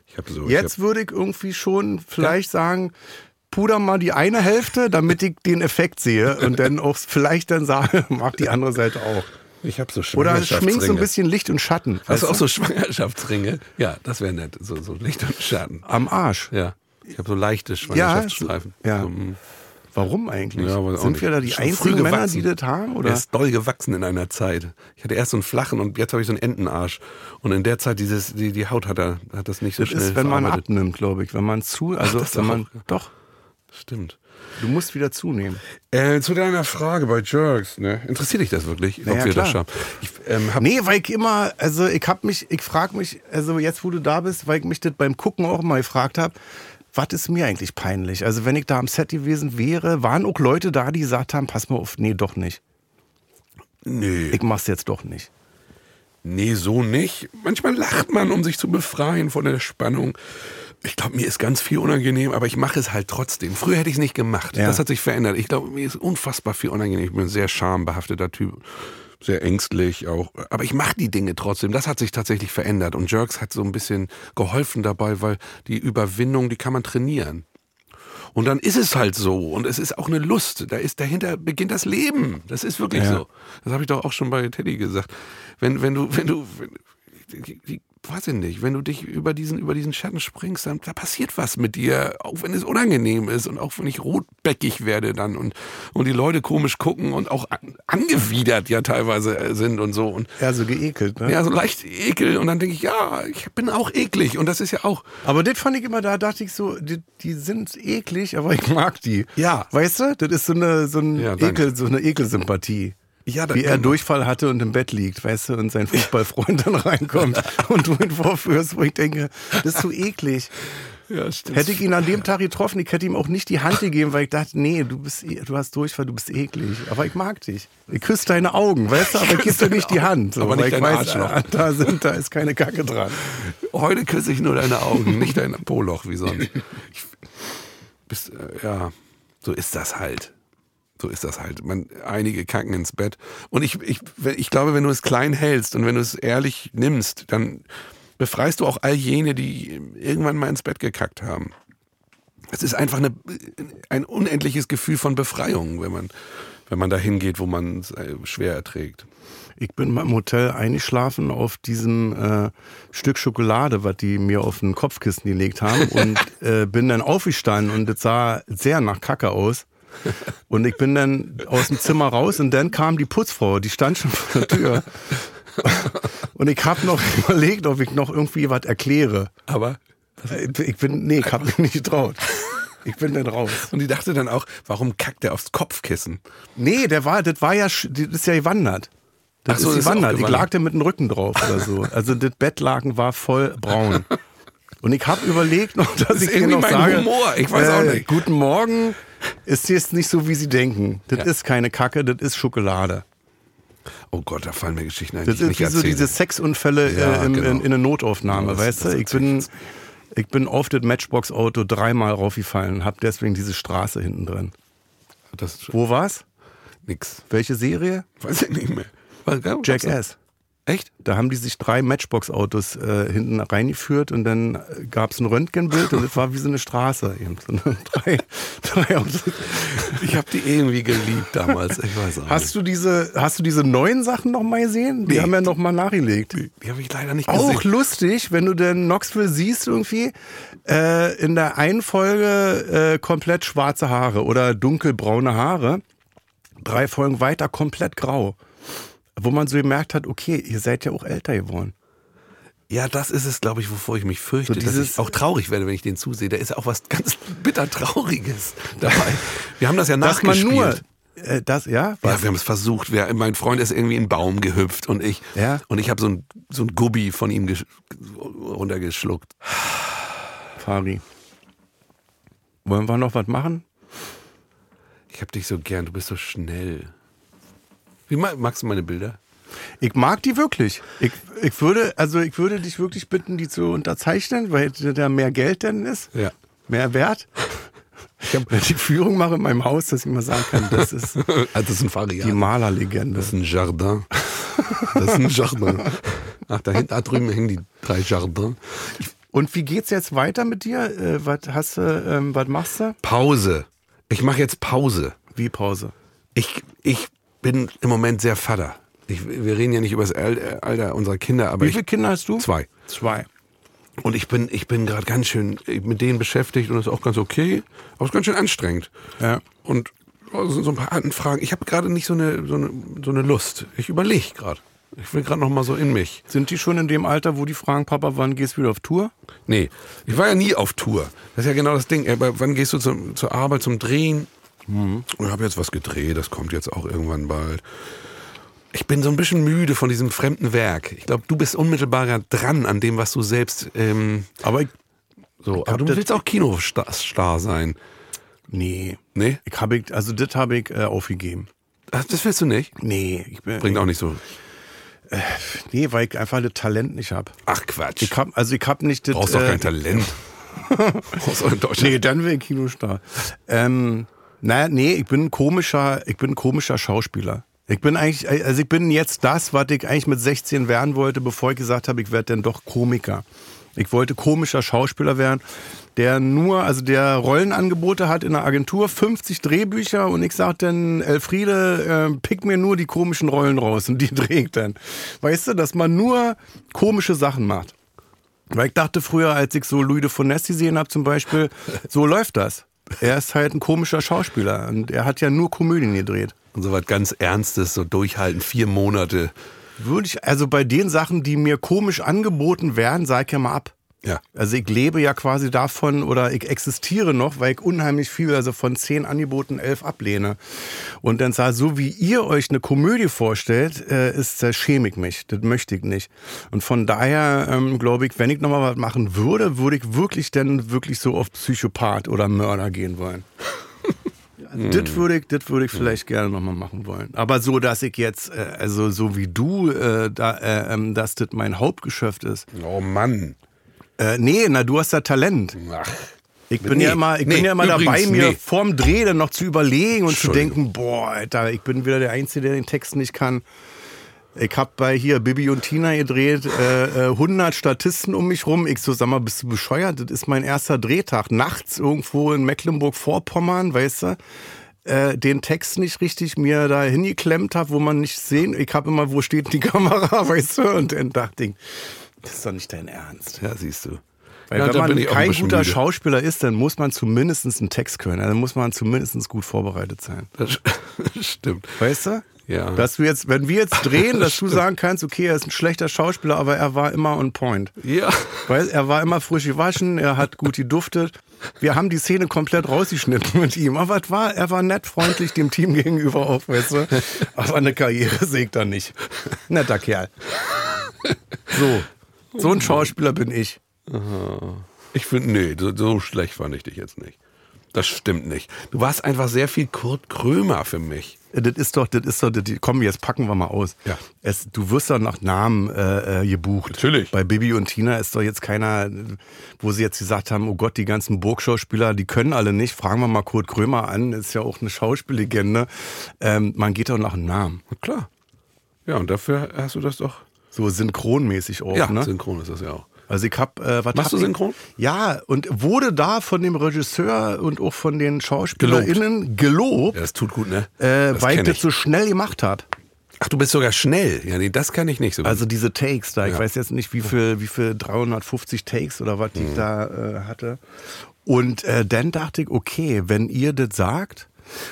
Speaker 3: ich habe so.
Speaker 2: Jetzt würde ich irgendwie schon vielleicht sagen, puder mal die eine Hälfte, damit ich den Effekt sehe und
Speaker 3: [LAUGHS]
Speaker 2: dann auch vielleicht dann sage, [LAUGHS] mag die andere Seite auch.
Speaker 3: ich habe hab so
Speaker 2: Oder schminkst so ein
Speaker 3: Schwangerschaftsringe.
Speaker 2: bisschen Licht und Schatten.
Speaker 3: Hast du
Speaker 2: weißt
Speaker 3: auch so Schwangerschaftsringe? Ja, das wäre nett. So, so Licht und Schatten.
Speaker 2: du? Am Arsch.
Speaker 3: Ja. Ich habe so leichte Schwangerschaftsstreifen.
Speaker 2: Ja.
Speaker 3: So, mm.
Speaker 2: Warum eigentlich?
Speaker 3: Ja, weiß auch
Speaker 2: Sind
Speaker 3: nicht.
Speaker 2: wir da die
Speaker 3: Schon früh
Speaker 2: einzigen Männer,
Speaker 3: gewachsen.
Speaker 2: die das haben? Oder?
Speaker 3: Der ist doll gewachsen in einer Zeit. Ich hatte erst so einen flachen und jetzt habe ich so einen Entenarsch. Und in der Zeit, dieses, die, die Haut hat, er, hat das nicht so
Speaker 2: das
Speaker 3: schnell
Speaker 2: ist, wenn man
Speaker 3: verarbeitet.
Speaker 2: abnimmt, glaube ich. Wenn man zu, also
Speaker 3: das
Speaker 2: wenn
Speaker 3: doch
Speaker 2: man,
Speaker 3: auch, ja.
Speaker 2: doch,
Speaker 3: Stimmt.
Speaker 2: du musst wieder zunehmen.
Speaker 3: Äh, zu deiner Frage bei Jerks, ne? Interessiert dich das wirklich,
Speaker 2: Na ja,
Speaker 3: wir das
Speaker 2: klar.
Speaker 3: schaffen? Ich ähm, hab,
Speaker 2: Nee, weil ich immer, also ich hab mich, ich frag mich, also jetzt wo du da bist, weil ich mich das beim Gucken auch mal gefragt habe, was ist mir eigentlich peinlich? Also wenn ich da am Set gewesen wäre, waren auch Leute da, die gesagt haben, pass mal auf, nee, doch nicht.
Speaker 3: nee.
Speaker 2: Ich mach's jetzt doch nicht.
Speaker 3: Nee, so nicht. Manchmal lacht man, um sich zu befreien von der Spannung. Ich glaube, mir ist ganz viel unangenehm, aber ich mache es halt trotzdem. Früher hätte ich es nicht gemacht.
Speaker 2: Ja.
Speaker 3: Das hat sich verändert. Ich glaube, mir ist unfassbar viel unangenehm. Ich bin ein sehr schambehafteter Typ. Sehr ängstlich auch. Aber ich mache die Dinge trotzdem. Das hat sich tatsächlich verändert. Und Jerks hat so ein bisschen geholfen dabei, weil die Überwindung, die kann man trainieren. Und dann ist es halt so. Und es ist auch eine Lust. Da ist dahinter beginnt das Leben. Das ist wirklich
Speaker 2: Ja.
Speaker 3: so. Das habe ich doch auch schon bei Teddy gesagt. Wenn, wenn du, wenn du, wenn, die, die, weiß ich nicht, wenn du dich über diesen, über diesen Schatten springst, dann da passiert was mit dir, auch wenn es unangenehm ist und auch wenn ich rotbäckig werde dann und, und die Leute komisch gucken und auch an, angewidert ja teilweise äh, sind und so. Und
Speaker 2: Ja, so geekelt, ne?
Speaker 3: ja, so leicht ekel. Und dann denke ich, ja, ich bin auch eklig. Und das ist ja auch.
Speaker 2: Aber das fand ich immer, da dachte ich so, die, die sind eklig, aber ich mag die.
Speaker 3: Ja.
Speaker 2: Weißt du, das ist so eine, so ein
Speaker 3: Ja, danke.
Speaker 2: Ekel, so eine Ekelsympathie.
Speaker 3: Ja, das
Speaker 2: Wie er
Speaker 3: kann man.
Speaker 2: Durchfall hatte und im Bett liegt, weißt du, und sein Fußballfreund dann
Speaker 3: [LAUGHS]
Speaker 2: reinkommt und du ihn vorführst, wo ich denke, das ist so eklig.
Speaker 3: Ja, stimmt.
Speaker 2: Hätte ich ihn an dem Tag getroffen, ich hätte ihm auch nicht die Hand gegeben, weil ich dachte, nee, du bist, e- du hast Durchfall, du bist eklig. Aber ich mag dich. Ich küsse deine Augen, weißt du, aber ich gebe dir nicht die Hand. So,
Speaker 3: Aber
Speaker 2: weil
Speaker 3: nicht
Speaker 2: ich
Speaker 3: dein
Speaker 2: weiß,
Speaker 3: Arschloch.
Speaker 2: [LAUGHS] da, sind, da ist keine Kacke dran.
Speaker 3: Heute küsse ich nur deine Augen, nicht dein Poloch wie sonst. Ich, bist, äh, ja, so ist das halt. So ist das halt. Man, einige kacken ins Bett. Und ich, ich, wenn- ich glaube, wenn du es klein hältst und wenn du es ehrlich nimmst, dann befreist du auch all jene, die irgendwann mal ins Bett gekackt haben. Es ist einfach eine, ein unendliches Gefühl von Befreiung, wenn man, wenn man dahin geht, wo man es äh, schwer erträgt.
Speaker 2: Ich bin mal im Hotel eingeschlafen auf diesem äh, Stück Schokolade, was die mir auf den Kopfkissen gelegt haben und äh, bin dann aufgestanden und das sah sehr nach Kacke aus. Und ich bin dann aus dem Zimmer raus und dann kam die Putzfrau, die stand schon vor der Tür. Und ich habe noch [LAUGHS] überlegt, ob ich noch irgendwie was erkläre.
Speaker 3: Aber
Speaker 2: Ich bin, nee, ich habe mich nicht getraut. Ich bin dann raus.
Speaker 3: und die dachte dann auch, warum kackt der aufs Kopfkissen?
Speaker 2: Nee, der war, das war ja, sch- das ist ja gewandert. Das
Speaker 3: Ach so,
Speaker 2: ist
Speaker 3: das ist auch
Speaker 2: gewandert. Ich
Speaker 3: gewandert.
Speaker 2: lag da mit dem Rücken drauf oder so. Also das Bettlaken war voll braun. Und ich habe überlegt noch, dass
Speaker 3: ist
Speaker 2: ich ihr
Speaker 3: irgendwie
Speaker 2: noch
Speaker 3: mein
Speaker 2: sage, äh,
Speaker 3: Humor. Ich weiß auch nicht.
Speaker 2: Guten Morgen. Ist jetzt nicht so, wie Sie denken. Das
Speaker 3: Ja.
Speaker 2: ist keine Kacke, das ist Schokolade.
Speaker 3: Oh Gott, da fallen mir Geschichten ein, die
Speaker 2: Das
Speaker 3: ich
Speaker 2: ist
Speaker 3: nicht
Speaker 2: wie so
Speaker 3: erzähle.
Speaker 2: diese Sexunfälle
Speaker 3: Ja,
Speaker 2: äh, im,
Speaker 3: genau.
Speaker 2: in, in der Notaufnahme,
Speaker 3: Ja, das-
Speaker 2: weißt du?
Speaker 3: das
Speaker 2: Ich
Speaker 3: erzähl ich
Speaker 2: bin,
Speaker 3: jetzt
Speaker 2: ich bin auf das Matchbox-Auto dreimal raufgefallen, hab deswegen diese Straße hinten drin.
Speaker 3: das ist
Speaker 2: Wo war's?
Speaker 3: nix.
Speaker 2: Welche Serie?
Speaker 3: Weiß ich nicht mehr. Was, gab- gab's
Speaker 2: Jackass.
Speaker 3: Echt?
Speaker 2: Da haben die sich drei Matchbox-Autos äh, hinten reingeführt und dann gab es ein Röntgenbild und es war wie so eine Straße. Eben so eine [LAUGHS] drei, drei Autos.
Speaker 3: Ich habe die irgendwie geliebt damals. Ich weiß auch
Speaker 2: Hast du diese, hast du diese neuen Sachen nochmal gesehen? Die
Speaker 3: Nee.
Speaker 2: haben ja nochmal nachgelegt.
Speaker 3: nicht. Die habe ich leider nicht gesehen.
Speaker 2: Auch lustig, wenn du den Knoxville siehst irgendwie, äh, in der einen Folge äh, komplett schwarze Haare oder dunkelbraune Haare, drei Folgen weiter komplett grau. Wo man so gemerkt hat, okay, ihr seid ja auch älter geworden.
Speaker 3: Ja, das ist es, glaube ich, wovor ich mich fürchte,
Speaker 2: So
Speaker 3: dass
Speaker 2: dieses-
Speaker 3: ich auch traurig werde, wenn ich den zusehe. Da ist ja auch was ganz bitter Trauriges dabei. Wir haben das
Speaker 2: [LAUGHS]
Speaker 3: ja
Speaker 2: Dass man
Speaker 3: nachgespielt.
Speaker 2: nur, äh, das, ja,
Speaker 3: ja,
Speaker 2: was?
Speaker 3: wir haben es versucht. Wir, mein Freund ist irgendwie in einen Baum gehüpft und ich
Speaker 2: Ja.
Speaker 3: und ich habe so ein so ein Gubbi von ihm gesch- runtergeschluckt.
Speaker 2: Fari. Wollen wir noch was machen?
Speaker 3: Ich habe dich so gern. Du bist so schnell. Wie ma- magst du meine Bilder?
Speaker 2: Ich mag die wirklich. Ich, ich würde, also ich würde dich wirklich bitten, die zu unterzeichnen, weil da mehr Geld denn ist.
Speaker 3: Ja.
Speaker 2: Mehr Wert. Ich habe die Führung mache in meinem Haus, dass ich mal sagen kann, das [LAUGHS] ist
Speaker 3: Also das ist ein Fariat.
Speaker 2: die Malerlegende.
Speaker 3: Das ist ein Jardin. Das ist ein Jardin. Ach, da, hinten, da drüben hängen die drei Jardins.
Speaker 2: Und wie geht's jetzt weiter mit dir? Äh, was hast du, ähm, was machst du?
Speaker 3: Pause. Ich mache jetzt Pause.
Speaker 2: Wie Pause?
Speaker 3: Ich, ich bin im Moment sehr Vater. Ich, wir reden ja nicht über das Al- Alter unserer Kinder, aber
Speaker 2: Wie
Speaker 3: ich,
Speaker 2: viele Kinder hast du?
Speaker 3: zwei.
Speaker 2: Zwei.
Speaker 3: Und ich bin, ich bin gerade ganz schön mit denen beschäftigt und das ist auch ganz okay, aber es ist ganz schön anstrengend.
Speaker 2: Ja.
Speaker 3: Und oh, so so ein paar Anfragen. Ich habe gerade nicht so eine, so eine, so eine Lust. Ich überlege gerade. Ich will gerade noch mal so in mich.
Speaker 2: Sind die schon in dem Alter, wo die fragen, Papa, wann gehst du wieder auf Tour?
Speaker 3: Nee, ich war ja nie auf Tour. Das ist ja genau das Ding. Aber wann gehst du zum, zur Arbeit, zum Drehen? Und habe jetzt was gedreht, das kommt jetzt auch irgendwann bald. Ich bin so ein bisschen müde von diesem fremden Werk. Ich glaube, du bist unmittelbarer dran an dem, was du selbst ähm,
Speaker 2: Aber ich,
Speaker 3: so.
Speaker 2: hab
Speaker 3: Aber du
Speaker 2: das-
Speaker 3: willst auch Kinostar Star sein.
Speaker 2: nee.
Speaker 3: Nee?
Speaker 2: Ich habe, also das habe ich äh, aufgegeben.
Speaker 3: Ach, Das willst du nicht.
Speaker 2: Nee, ich bin,
Speaker 3: Bringt auch nicht so.
Speaker 2: nee, weil ich einfach das Talent nicht habe.
Speaker 3: Ach Quatsch.
Speaker 2: Ich hab, also ich habe nicht das.
Speaker 3: du brauchst doch kein Talent. brauchst doch in Deutschland.
Speaker 2: Nee, dann wäre ich Kinostar. Ähm, naja, nee, ich bin ein komischer, ich bin ein komischer Schauspieler. Ich bin eigentlich, also ich bin jetzt das, was ich eigentlich mit 16 werden wollte, bevor ich gesagt habe, ich werde dann doch Komiker. Ich wollte komischer Schauspieler werden, der nur, also der Rollenangebote hat in der Agentur, 50 Drehbücher und ich sag dann, Elfriede, äh, pick mir nur die komischen Rollen raus und die [LAUGHS] drehe ich dann. Weißt du, dass man nur komische Sachen macht. Weil ich dachte früher, als ich so Louis de Funès gesehen habe zum Beispiel, so läuft das. Er ist halt ein komischer Schauspieler und er hat ja nur Komödien gedreht.
Speaker 3: Und so was ganz Ernstes, so durchhalten, vier Monate.
Speaker 2: Würde ich, also bei den Sachen, die mir komisch angeboten werden, sag ich ja mal ab.
Speaker 3: Ja.
Speaker 2: Also ich lebe ja quasi davon oder ich existiere noch, weil ich unheimlich viel, also von zehn Angeboten elf ablehne. Und dann sage so wie ihr euch eine Komödie vorstellt, äh, ist äh, schäme ich mich. Das möchte ich nicht. Und von daher ähm, glaube ich, wenn ich nochmal was machen würde, würde ich wirklich dann wirklich so auf Psychopath oder Mörder gehen wollen. Das würde ich, das würde ich vielleicht gerne nochmal machen wollen. Aber so, dass ich jetzt, äh, also so wie du, äh, da, äh, ähm, dass das mein Hauptgeschäft ist.
Speaker 3: Oh Mann.
Speaker 2: Äh, nee, na, du hast ja Talent.
Speaker 3: Ach.
Speaker 2: Ich bin
Speaker 3: Nee,
Speaker 2: ja immer, ich
Speaker 3: nee,
Speaker 2: bin ja immer
Speaker 3: übrigens,
Speaker 2: dabei, mir
Speaker 3: nee.
Speaker 2: vorm Dreh dann noch zu überlegen und zu
Speaker 3: Entschuldigung.
Speaker 2: denken, boah, Alter, ich bin wieder der Einzige, der den Text nicht kann. Ich hab bei hier Bibi und Tina gedreht, äh, äh, 100 Statisten um mich rum. Ich so, sag mal, bist du bescheuert? Das ist mein erster Drehtag. Nachts irgendwo in Mecklenburg-Vorpommern, weißt du? Äh, den Text nicht richtig mir da hingeklemmt hab, wo man nicht sehen. Ich hab immer, wo steht die [LAUGHS] Kamera, weißt du? Und dann dachte ich, das ist doch nicht dein Ernst.
Speaker 3: Ja, siehst du.
Speaker 2: Weil
Speaker 3: ja,
Speaker 2: wenn
Speaker 3: da bin
Speaker 2: man
Speaker 3: ich auch ein
Speaker 2: kein
Speaker 3: bisschen
Speaker 2: guter
Speaker 3: müde.
Speaker 2: Schauspieler ist, dann muss man zumindest einen Text können. Also Dann muss man zumindest gut vorbereitet sein.
Speaker 3: Das [LAUGHS] stimmt.
Speaker 2: Weißt du?
Speaker 3: Ja.
Speaker 2: Dass du jetzt, wenn wir jetzt
Speaker 3: [LAUGHS]
Speaker 2: drehen, dass du sagen kannst, okay, er ist ein schlechter Schauspieler, aber er war immer on point.
Speaker 3: Ja.
Speaker 2: Weil er war immer frisch gewaschen, er hat gut geduftet. Wir haben die Szene komplett rausgeschnitten mit ihm. Aber es war, er war nett, freundlich dem Team gegenüber auch, weißt du. Aber eine Karriere sägt er nicht. Netter Kerl. So. So ein Schauspieler bin ich.
Speaker 3: Ich finde, nee, so, so schlecht fand ich dich jetzt nicht. Das stimmt nicht. Du warst einfach sehr viel Kurt Krömer für mich.
Speaker 2: Äh, Das ist doch, das ist doch, das, komm, jetzt packen wir mal aus.
Speaker 3: Ja.
Speaker 2: Es, du wirst doch nach Namen äh, äh, gebucht.
Speaker 3: Natürlich.
Speaker 2: Bei Bibi und Tina ist doch jetzt keiner, wo sie jetzt gesagt haben, oh Gott, die ganzen Burgschauspieler, die können alle nicht. Fragen wir mal Kurt Krömer an, ist ja auch eine Schauspiellegende. Ähm, man geht doch nach Namen.
Speaker 3: Na klar. Ja, und dafür hast du das doch
Speaker 2: So synchronmäßig auch,
Speaker 3: ja,
Speaker 2: ne?
Speaker 3: synchron ist das ja auch.
Speaker 2: Also ich hab, äh, was
Speaker 3: Machst
Speaker 2: hab
Speaker 3: du
Speaker 2: ich-
Speaker 3: synchron?
Speaker 2: Ja, und wurde da von dem Regisseur und auch von den SchauspielerInnen
Speaker 3: Ja,
Speaker 2: gelobt,
Speaker 3: das tut gut, ne?
Speaker 2: äh,
Speaker 3: das
Speaker 2: weil
Speaker 3: kenn
Speaker 2: ich das
Speaker 3: ich.
Speaker 2: so schnell gemacht hat.
Speaker 3: Ach, du bist sogar schnell. Ja, nee, das kann ich nicht so. gut.
Speaker 2: Also diese Takes da, ich
Speaker 3: Ja.
Speaker 2: weiß jetzt nicht, wie viel, wie viel 350 Takes oder was ich da äh, hatte. Und äh, dann dachte ich, okay, wenn ihr das sagt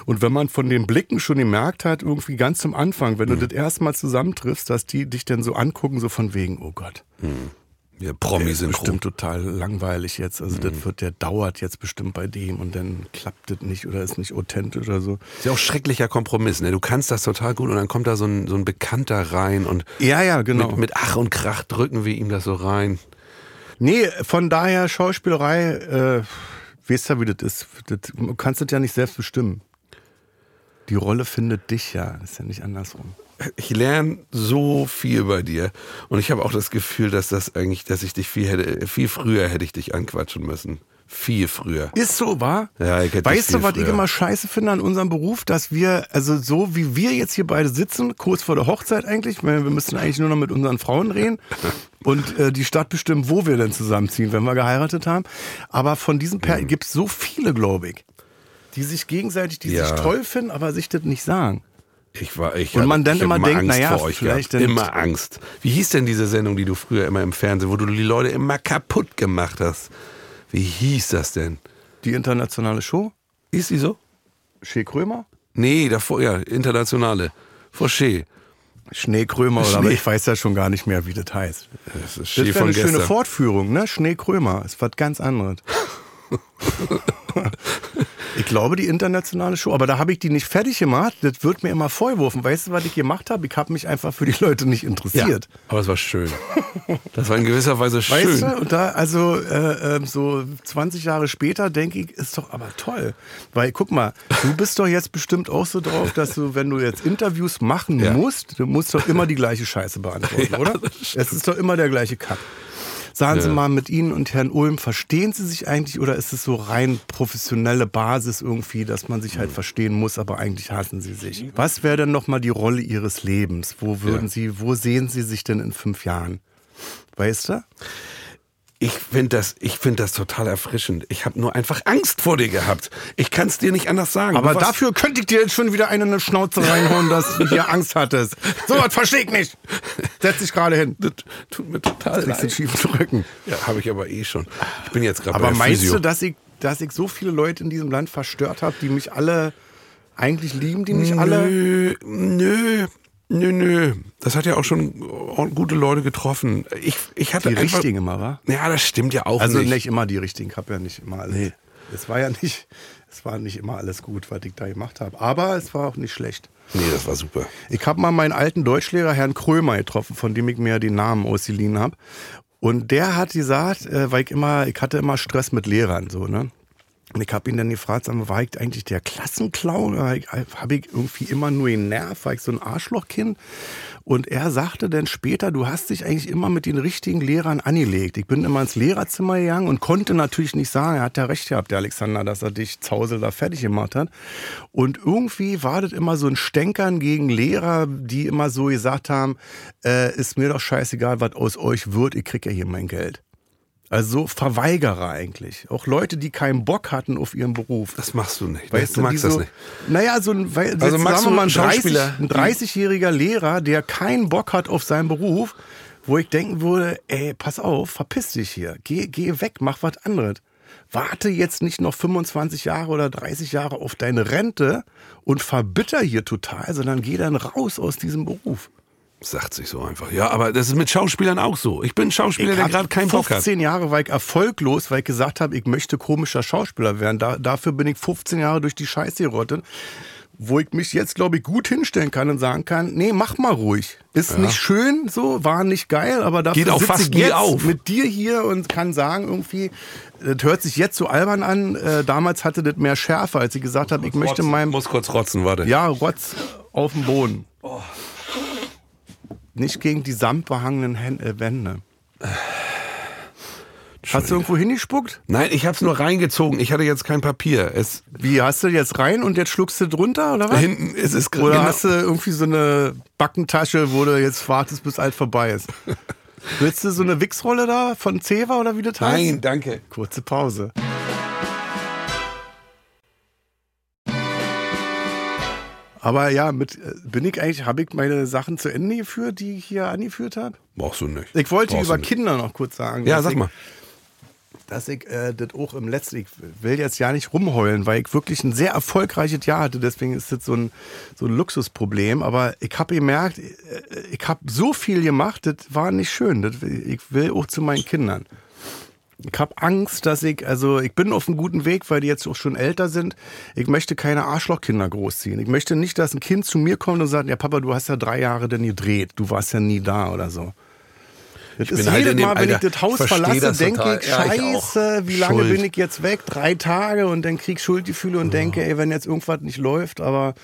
Speaker 2: und wenn man von den Blicken schon gemerkt hat, irgendwie ganz zum Anfang, wenn du das erstmal zusammentriffst, dass die dich dann so angucken, so von wegen, oh Gott,
Speaker 3: ja,
Speaker 2: der
Speaker 3: Promi
Speaker 2: ist
Speaker 3: synchron.
Speaker 2: bestimmt total langweilig jetzt. Also das wird, der dauert jetzt bestimmt bei dem und dann klappt das nicht oder ist nicht authentisch oder so.
Speaker 3: Ist ja auch schrecklicher Kompromiss, ne? Du kannst das total gut und dann kommt da so ein, so ein Bekannter rein und
Speaker 2: Ja, ja, genau.
Speaker 3: mit, mit Ach und Krach drücken wir ihm das so rein.
Speaker 2: Nee, von daher Schauspielerei, äh, weißt ja, wie das ist. Das, du kannst das ja nicht selbst bestimmen. Die Rolle findet dich ja, ist ja nicht andersrum.
Speaker 3: Ich lerne so viel bei dir und ich habe auch das Gefühl, dass das eigentlich, dass ich dich viel hätte, viel früher hätte ich dich anquatschen müssen. Viel früher.
Speaker 2: Ist so, wahr?
Speaker 3: Ja, ich hätte das
Speaker 2: weißt du,
Speaker 3: viel
Speaker 2: was ich
Speaker 3: früher.
Speaker 2: immer scheiße finde an unserem Beruf, dass wir, also so wie wir jetzt hier beide sitzen, kurz vor der Hochzeit eigentlich, weil wir müssen eigentlich nur noch mit unseren Frauen
Speaker 3: [LAUGHS]
Speaker 2: reden und äh, die Stadt bestimmen, wo wir denn zusammenziehen, wenn wir geheiratet haben. Aber von diesen
Speaker 3: Mhm.
Speaker 2: Pärchen gibt es so viele, glaube ich, die sich gegenseitig, die
Speaker 3: Ja.
Speaker 2: sich toll finden, aber sich das nicht sagen.
Speaker 3: Ich war, ich
Speaker 2: Und
Speaker 3: hatte-
Speaker 2: man dann
Speaker 3: ich hab
Speaker 2: immer denkt,
Speaker 3: Angst
Speaker 2: naja,
Speaker 3: vor euch
Speaker 2: vielleicht
Speaker 3: gehabt.
Speaker 2: dann-
Speaker 3: immer Angst. Wie hieß denn diese Sendung, die du früher immer im Fernsehen, wo du die Leute immer kaputt gemacht hast? Wie hieß das denn?
Speaker 2: Die internationale Show?
Speaker 3: Hieß die so?
Speaker 2: Schee Krömer?
Speaker 3: Nee, davor, ja, internationale. Fauché.
Speaker 2: Schneekrömer, oder aber
Speaker 3: Schnee.
Speaker 2: ich weiß ja schon gar nicht mehr, wie das heißt.
Speaker 3: Das ist
Speaker 2: Das
Speaker 3: Schee
Speaker 2: wäre eine
Speaker 3: von gestern.
Speaker 2: schöne Fortführung, ne? Schneekrömer ist was ganz anderes. ich glaube, die internationale Show, aber da habe ich die nicht fertig gemacht. Das wird mir immer vorgeworfen. Weißt du, was ich gemacht habe? Ich habe mich einfach für die Leute nicht
Speaker 3: ja,
Speaker 2: interessiert.
Speaker 3: aber es war schön.
Speaker 2: [LAUGHS]
Speaker 3: Das war in gewisser Weise schön.
Speaker 2: Weißt du, und da, also äh, ähm, so 20 Jahre später denke ich, ist doch aber toll. Weil guck mal, du bist doch jetzt bestimmt auch so drauf, dass du, wenn du jetzt Interviews machen
Speaker 3: Ja.
Speaker 2: musst, du musst doch immer die gleiche Scheiße beantworten,
Speaker 3: [LAUGHS]
Speaker 2: oder? Es ist doch immer der gleiche Kack. Sagen Sie mal mit Ihnen und Herrn Ulm, verstehen Sie sich eigentlich oder ist es so rein professionelle Basis irgendwie, dass man sich halt
Speaker 3: Hm.
Speaker 2: verstehen muss, aber eigentlich hassen Sie sich? Was wäre denn nochmal die Rolle Ihres Lebens? Wo würden
Speaker 3: Ja.
Speaker 2: Sie, wo sehen Sie sich denn in fünf Jahren? Weißt du?
Speaker 3: Ich finde das, ich find das total erfrischend. Ich habe nur einfach Angst vor dir gehabt. Ich kann es dir nicht anders sagen.
Speaker 2: Aber
Speaker 3: Du warst-
Speaker 2: dafür könnte ich dir jetzt schon wieder eine in die Schnauze reinhauen, dass du
Speaker 3: [LAUGHS]
Speaker 2: hier Angst hattest. So was verstehe ich nicht. Setz dich gerade hin.
Speaker 3: Das tut mir total
Speaker 2: Kriegst den
Speaker 3: leid.
Speaker 2: schiefen Rücken.
Speaker 3: Ja, habe ich aber eh schon. Ich bin jetzt gerade bei
Speaker 2: Aber
Speaker 3: der
Speaker 2: meinst
Speaker 3: Physio.
Speaker 2: du, dass ich, dass ich so viele Leute in diesem Land verstört habe, die mich alle eigentlich lieben, die mich alle.
Speaker 3: Nö, nö, nö, nö. Das hat ja auch schon ord- gute Leute getroffen. Ich, ich hatte
Speaker 2: Die
Speaker 3: einfach,
Speaker 2: richtigen immer, wa?
Speaker 3: Ja, das stimmt ja auch
Speaker 2: Also
Speaker 3: nicht.
Speaker 2: nicht. immer die richtigen. Ich habe ja nicht immer alles. Es war ja nicht, es war nicht immer alles gut, was ich da gemacht habe. Aber es war auch nicht schlecht.
Speaker 3: Nee, das war super.
Speaker 2: Ich habe mal meinen alten Deutschlehrer, Herrn Krömer, getroffen, von dem ich mir den Namen ausgeliehen habe. Und der hat gesagt, äh, weil ich immer, ich hatte immer Stress mit Lehrern, so, ne? Und ich habe ihn dann gefragt, sag mal, war ich eigentlich der Klassenclown? Oder Habe ich irgendwie immer nur den Nerv? War ich so ein Arschlochkind? Und er sagte dann später, du hast dich eigentlich immer mit den richtigen Lehrern angelegt. Ich bin immer ins Lehrerzimmer gegangen und konnte natürlich nicht sagen, er hat ja recht gehabt, der Alexander, dass er dich Zausel da fertig gemacht hat. Und irgendwie war das immer so ein Stänkern gegen Lehrer, die immer so gesagt haben, äh, ist mir doch scheißegal, was aus euch wird, ich krieg ja hier mein Geld. Also so Verweigerer eigentlich. Auch Leute, die keinen Bock hatten auf ihren Beruf.
Speaker 3: Das machst du nicht. ne?
Speaker 2: Weißt die
Speaker 3: du magst das
Speaker 2: so,
Speaker 3: nicht.
Speaker 2: Naja, so ein, weil,
Speaker 3: Also
Speaker 2: jetzt sagen
Speaker 3: magst
Speaker 2: wir
Speaker 3: du
Speaker 2: mal, ein 30
Speaker 3: Schauspieler,
Speaker 2: ein 30-jähriger Lehrer, der keinen Bock hat auf seinen Beruf, wo ich denken würde, ey, pass auf, verpiss dich hier. Geh, geh weg, mach was anderes. Warte jetzt nicht noch 25 Jahre oder 30 Jahre auf deine Rente und verbitter hier total, sondern geh dann raus aus diesem Beruf.
Speaker 3: Sagt sich so einfach. Ja, aber das ist mit Schauspielern auch so. Ich bin ein Schauspieler, der
Speaker 2: hab
Speaker 3: gerade keinen Bock hat.
Speaker 2: 15 Jahre war ich erfolglos, weil ich gesagt habe, ich möchte komischer Schauspieler werden. Da, dafür bin ich 15 Jahre durch die Scheiße gerottet, wo ich mich jetzt, glaube ich, gut hinstellen kann und sagen kann, nee, mach mal ruhig. Ist nicht schön, so, war nicht geil, aber dafür
Speaker 3: Geht auch
Speaker 2: sitze
Speaker 3: fast
Speaker 2: ich
Speaker 3: nie
Speaker 2: jetzt
Speaker 3: auf.
Speaker 2: mit dir hier und kann sagen, irgendwie, das hört sich jetzt so albern an. Äh, damals hatte das mehr Schärfe, als ich gesagt habe, ich möchte
Speaker 3: Rotzen.
Speaker 2: meinem
Speaker 3: muss kurz rotzen, warte.
Speaker 2: ja, Rotz auf dem Boden. Nicht gegen die samtbehangenen Hän- äh, Wände. Hast du irgendwo hingespuckt?
Speaker 3: Nein, ich hab's nur reingezogen. Ich hatte jetzt kein Papier. Es,
Speaker 2: Wie hast du jetzt rein und jetzt schluckst du drunter oder was?
Speaker 3: hinten ist es genau
Speaker 2: Oder hast du irgendwie so eine Backentasche, wo du jetzt wartest, bis alt vorbei
Speaker 3: [LAUGHS]
Speaker 2: ist? Willst du so eine Wichsrolle da von Ceva oder wie das heißt?
Speaker 3: Nein, danke.
Speaker 2: Kurze Pause. Aber ja, mit äh, bin ich eigentlich, habe ich meine Sachen zu Ende geführt, die ich hier angeführt habe?
Speaker 3: Brauchst du nicht.
Speaker 2: Ich wollte
Speaker 3: Brauchst du
Speaker 2: über
Speaker 3: nicht.
Speaker 2: Kinder noch kurz sagen.
Speaker 3: Ja,
Speaker 2: dass
Speaker 3: sag
Speaker 2: ich,
Speaker 3: mal.
Speaker 2: Dass ich äh, das auch im letzten, ich will jetzt ja nicht rumheulen, weil ich wirklich ein sehr erfolgreiches Jahr hatte. Deswegen ist das so ein, so ein Luxusproblem. Aber ich habe gemerkt, äh, ich habe so viel gemacht, das war nicht schön. Das, ich will auch zu meinen Kindern. Ich habe Angst, dass ich, also ich bin auf einem guten Weg, weil die jetzt auch schon älter sind. Ich möchte keine Arschlochkinder großziehen. Ich möchte nicht, dass ein Kind zu mir kommt und sagt, ja Papa, du hast ja drei Jahre denn gedreht, du warst ja nie da oder so. Das
Speaker 3: bin
Speaker 2: ist
Speaker 3: halt
Speaker 2: jedes
Speaker 3: in dem
Speaker 2: Mal, wenn
Speaker 3: Alter.
Speaker 2: ich das Haus
Speaker 3: Versteh
Speaker 2: verlasse,
Speaker 3: das
Speaker 2: denke
Speaker 3: total.
Speaker 2: ich,
Speaker 3: Ja, ich auch.
Speaker 2: scheiße, wie lange
Speaker 3: Schuld.
Speaker 2: bin ich jetzt weg? Drei Tage und dann krieg ich Schuldgefühle und denke, ey, wenn jetzt irgendwas nicht läuft, aber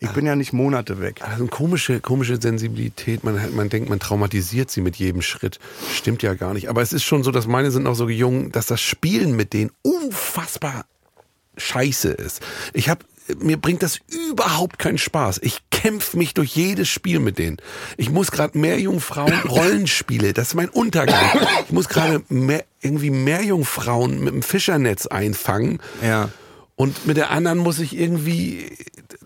Speaker 2: ich bin ja nicht Monate weg.
Speaker 3: Also eine komische, komische Sensibilität. Man, hat- man denkt, man traumatisiert sie mit jedem Schritt. Stimmt ja gar nicht. Aber es ist schon so, dass meine sind noch so jung, dass das Spielen mit denen unfassbar scheiße ist. Ich habe mir bringt das überhaupt keinen Spaß. Ich kämpfe mich durch jedes Spiel mit denen. Ich muss gerade mehr Jungfrauen
Speaker 2: [LAUGHS]
Speaker 3: Rollenspiele, das ist mein Untergang. Ich muss gerade mehr, irgendwie mehr Jungfrauen mit dem Fischernetz einfangen.
Speaker 2: Ja.
Speaker 3: Und mit der anderen muss ich irgendwie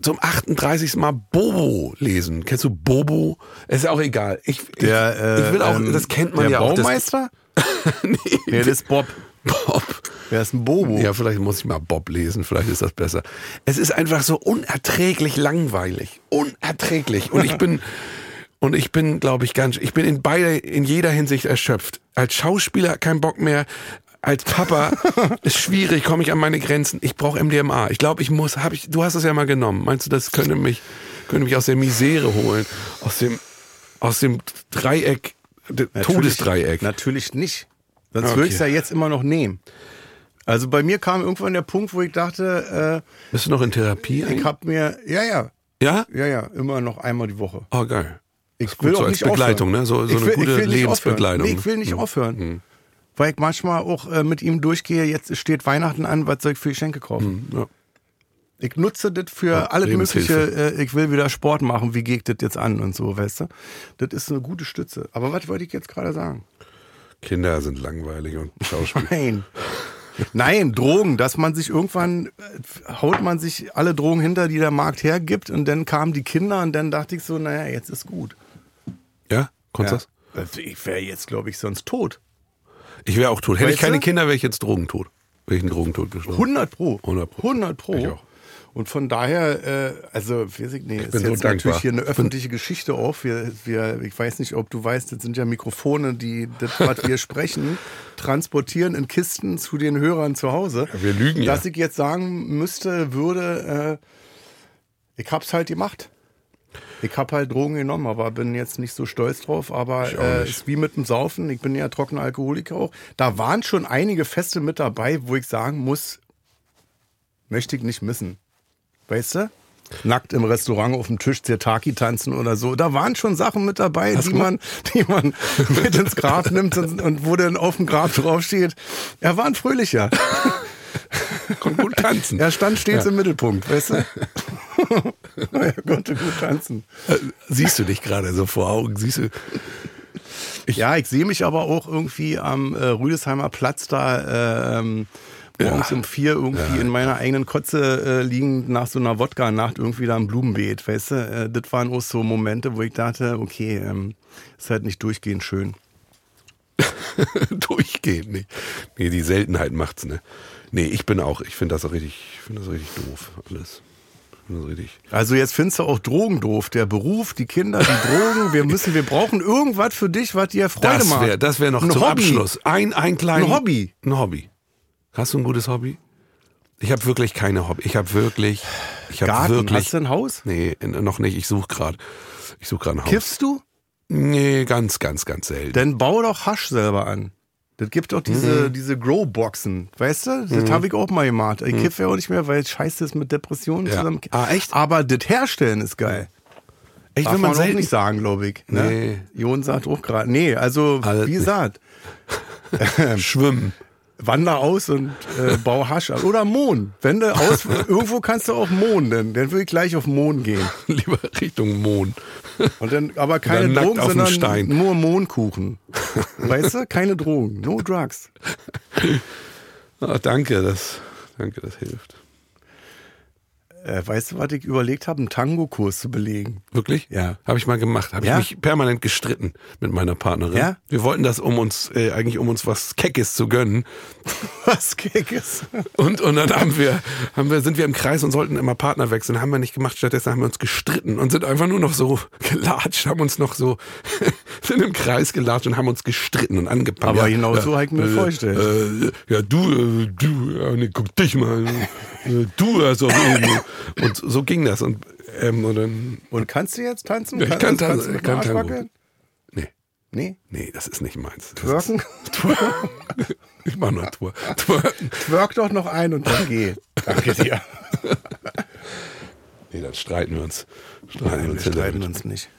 Speaker 3: zum 38. Mal Bobo lesen. Kennst du Bobo? Ist ja auch egal. Ich,
Speaker 2: Der,
Speaker 3: ich,
Speaker 2: äh,
Speaker 3: ich will auch,
Speaker 2: ähm,
Speaker 3: das kennt man
Speaker 2: der
Speaker 3: ja
Speaker 2: Baumeister?
Speaker 3: auch. Das, [LAUGHS] nee,
Speaker 2: Ja, das ist Bob.
Speaker 3: Bob.
Speaker 2: Wer ist ein Bobo?
Speaker 3: Ja, vielleicht muss ich mal Bob lesen, vielleicht ist das besser. Es ist einfach so unerträglich langweilig. Unerträglich. Und
Speaker 2: [LAUGHS]
Speaker 3: ich bin, und ich bin, glaube ich, ganz, ich bin in beider, in jeder Hinsicht erschöpft. Als Schauspieler kein Bock mehr. Als Papa
Speaker 2: [LAUGHS]
Speaker 3: ist schwierig, komme ich an meine Grenzen. Ich brauche MDMA. Ich glaube, ich muss, hab ich, du hast es ja mal genommen. Meinst du, das könnte mich, könnte mich aus der Misere holen? Aus dem, aus dem Dreieck, de-
Speaker 2: Natürlich-
Speaker 3: Todesdreieck.
Speaker 2: Natürlich nicht. Sonst
Speaker 3: Okay.
Speaker 2: würde ich es ja jetzt immer noch nehmen. Also bei mir kam irgendwann der Punkt, wo ich dachte,
Speaker 3: Bist du noch in Therapie?
Speaker 2: äh, ich
Speaker 3: eigentlich?
Speaker 2: habe mir, ja, ja,
Speaker 3: ja?
Speaker 2: ja, ja, immer noch einmal die Woche.
Speaker 3: Oh, geil.
Speaker 2: Ich
Speaker 3: gut, so als Begleitung,
Speaker 2: aufhören.
Speaker 3: ne? So- so
Speaker 2: Ich
Speaker 3: eine
Speaker 2: ich
Speaker 3: gute
Speaker 2: nicht
Speaker 3: Lebensbegleitung.
Speaker 2: aufhören. Nee, ich will nicht
Speaker 3: Hm.
Speaker 2: aufhören. Weil ich manchmal auch äh, mit ihm durchgehe, jetzt steht Weihnachten an, was soll ich für Geschenke kaufen?
Speaker 3: Ja.
Speaker 2: Ich nutze das für
Speaker 3: Mhm. Ja,
Speaker 2: alles
Speaker 3: Lebenshilfe.
Speaker 2: Mögliche. Äh, ich will wieder Sport machen, wie gehe ich das jetzt an und so, weißt du? Das ist eine gute Stütze. Aber was wollte ich jetzt gerade sagen?
Speaker 3: Kinder sind langweilig und Schauspieler.
Speaker 2: [LAUGHS] Nein. Nein, Drogen, dass man sich irgendwann, äh, haut man sich alle Drogen hinter, die der Markt hergibt und dann kamen die Kinder und dann dachte ich so, naja, jetzt ist gut.
Speaker 3: ja?
Speaker 2: Ja.
Speaker 3: Konntest
Speaker 2: Also Ich wäre jetzt, glaube ich, sonst tot.
Speaker 3: das? Ich wäre auch tot. Hätte ich
Speaker 2: Weißt
Speaker 3: keine
Speaker 2: du?
Speaker 3: Kinder, wäre ich jetzt drogentot. Wäre ich einen Drogentod gestorben.
Speaker 2: 100 pro.
Speaker 3: 100 pro.
Speaker 2: 100 pro.
Speaker 3: Ich auch.
Speaker 2: Und von daher, äh, also, weiß ich nicht, ist
Speaker 3: bin so
Speaker 2: jetzt
Speaker 3: dankbar.
Speaker 2: natürlich hier eine
Speaker 3: Ich bin-
Speaker 2: öffentliche Geschichte auf. Wir, wir, ich weiß nicht, ob du weißt, das sind ja Mikrofone, die das, was
Speaker 3: [LAUGHS]
Speaker 2: wir sprechen, transportieren in Kisten zu den Hörern zu Hause.
Speaker 3: Ja, wir lügen ja.
Speaker 2: Dass ich jetzt sagen müsste, würde, äh, ich hab's halt gemacht. Ich hab halt Drogen genommen, aber bin jetzt nicht so stolz drauf. Aber
Speaker 3: auch
Speaker 2: äh,
Speaker 3: nicht.
Speaker 2: ist wie mit dem Saufen. Ich bin ja trockener Alkoholiker auch. Da waren schon einige Feste mit dabei, wo ich sagen muss, möchte ich nicht missen. Weißt du? Nackt im Restaurant auf dem Tisch Zirtaki tanzen oder so. Da waren schon Sachen mit dabei, die man, die man mit ins Grab nimmt und, und wo dann auf dem Grab draufsteht. Er war ein Fröhlicher.
Speaker 3: Konnte [LAUGHS] gut tanzen.
Speaker 2: Er stand stets im Mittelpunkt, weißt du? [LAUGHS] er konnte gut tanzen.
Speaker 3: Äh, Siehst du dich gerade so vor Augen? Siehst du? [LAUGHS]
Speaker 2: ja, ich sehe mich aber auch irgendwie am äh, Rüdesheimer Platz da äh, ähm, morgens um vier irgendwie in meiner eigenen Kotze äh, liegend nach so einer Wodka-Nacht irgendwie da im Blumenbeet, weißt du? Äh, das waren auch so Momente, wo ich dachte, okay, ähm, ist halt nicht durchgehend schön.
Speaker 3: Durchgehend nicht. Nee, die Seltenheit macht's, ne? Nee, ich bin auch, ich finde das richtig, ich finde das richtig doof, alles. Ich finde das richtig.
Speaker 2: Also jetzt findest du auch Drogen doof. Der Beruf, die Kinder,
Speaker 3: [LAUGHS]
Speaker 2: die Drogen. Wir müssen, wir brauchen irgendwas für dich, was dir Freude
Speaker 3: Das
Speaker 2: macht.
Speaker 3: wäre das wär noch
Speaker 2: Ein
Speaker 3: zum
Speaker 2: Hobby.
Speaker 3: Abschluss. Ein, ein kleines.
Speaker 2: Ein Hobby.
Speaker 3: Ein Hobby. Hast du ein gutes Hobby? Ich habe wirklich keine Hobby. Ich habe wirklich. Ich habe
Speaker 2: Garten,
Speaker 3: wirklich.
Speaker 2: hast du ein Haus?
Speaker 3: Nee, in- noch nicht. Ich suche gerade. Ich suche gerade ein Haus.
Speaker 2: Kiffst du?
Speaker 3: Nee, ganz, ganz, ganz selten.
Speaker 2: Dann bau doch Hasch selber an. Das gibt doch
Speaker 3: Mhm.
Speaker 2: diese, diese Grow-Boxen, weißt du? Das habe ich auch mal gemacht. Ich kiff ja auch nicht mehr, weil scheiße ist mit Depressionen
Speaker 3: Mhm. Ja.
Speaker 2: zusammen.
Speaker 3: Ah, echt?
Speaker 2: Aber das Herstellen ist geil. Echt,
Speaker 3: Darf
Speaker 2: will
Speaker 3: man
Speaker 2: man
Speaker 3: auch
Speaker 2: selten
Speaker 3: nicht
Speaker 2: nicht sagen, glaube ich. Ne?
Speaker 3: Nee.
Speaker 2: Jon sagt auch gerade. Nee, also
Speaker 3: Alles
Speaker 2: wie
Speaker 3: nicht.
Speaker 2: gesagt,
Speaker 3: Schwimmen. [LAUGHS]
Speaker 2: wander aus und äh, bau Hasch an. Oder Mohn. Wenn du
Speaker 3: [LAUGHS]
Speaker 2: aus, irgendwo kannst du auch Mohn, denn dann würde ich gleich auf Mohn gehen.
Speaker 3: Lieber Richtung Mond.
Speaker 2: Und dann aber keine
Speaker 3: Oder nackt
Speaker 2: Drogen,
Speaker 3: auf dem
Speaker 2: sondern
Speaker 3: Stein.
Speaker 2: nur
Speaker 3: [LAUGHS]
Speaker 2: Mohnkuchen. weißt du? Keine Drogen, no drugs.
Speaker 3: Ah, danke, das, danke, das hilft.
Speaker 2: Äh, weißt du, was ich überlegt habe, einen Tango-Kurs zu belegen? [LAUGHS]
Speaker 3: Wirklich?
Speaker 2: Ja.
Speaker 3: Habe ich mal gemacht. Habe
Speaker 2: Ja?
Speaker 3: ich mich permanent gestritten mit meiner Partnerin.
Speaker 2: Ja?
Speaker 3: Wir wollten das, um uns, äh, eigentlich um uns was Keckes zu gönnen.
Speaker 2: Was Keckes.
Speaker 3: Und, und dann haben wir, haben wir, sind wir im Kreis und sollten immer Partner wechseln. Haben wir nicht gemacht. Stattdessen haben wir uns gestritten und sind einfach nur noch so gelatscht, haben uns noch so, [LAUGHS] sind im Kreis gelatscht und haben uns gestritten und angepackt.
Speaker 2: Aber genau so habe ich mir vorgestellt.
Speaker 3: Äh, ja, du, äh, du, ja, nee, guck dich mal. Äh, du hast auch irgendwie. Und so ging das. Und, ähm, und dann,
Speaker 2: Und kannst du jetzt tanzen?
Speaker 3: Ja, ich
Speaker 2: Kannst-
Speaker 3: kann tanzen,
Speaker 2: kannst du mit
Speaker 3: ich kann
Speaker 2: dem Arsch
Speaker 3: Tango.
Speaker 2: wackeln?
Speaker 3: nee,
Speaker 2: Nee?
Speaker 3: nee, das ist nicht meins. Das ist-
Speaker 2: Twerken? [LAUGHS]
Speaker 3: Ich mache nur Tour. Tour.
Speaker 2: Twerk doch noch ein und dann geh.
Speaker 3: [LAUGHS]
Speaker 2: Danke dir.
Speaker 3: Nee, dann streiten wir uns. Streiten
Speaker 2: Nein, wir
Speaker 3: hinterher.
Speaker 2: streiten uns nicht.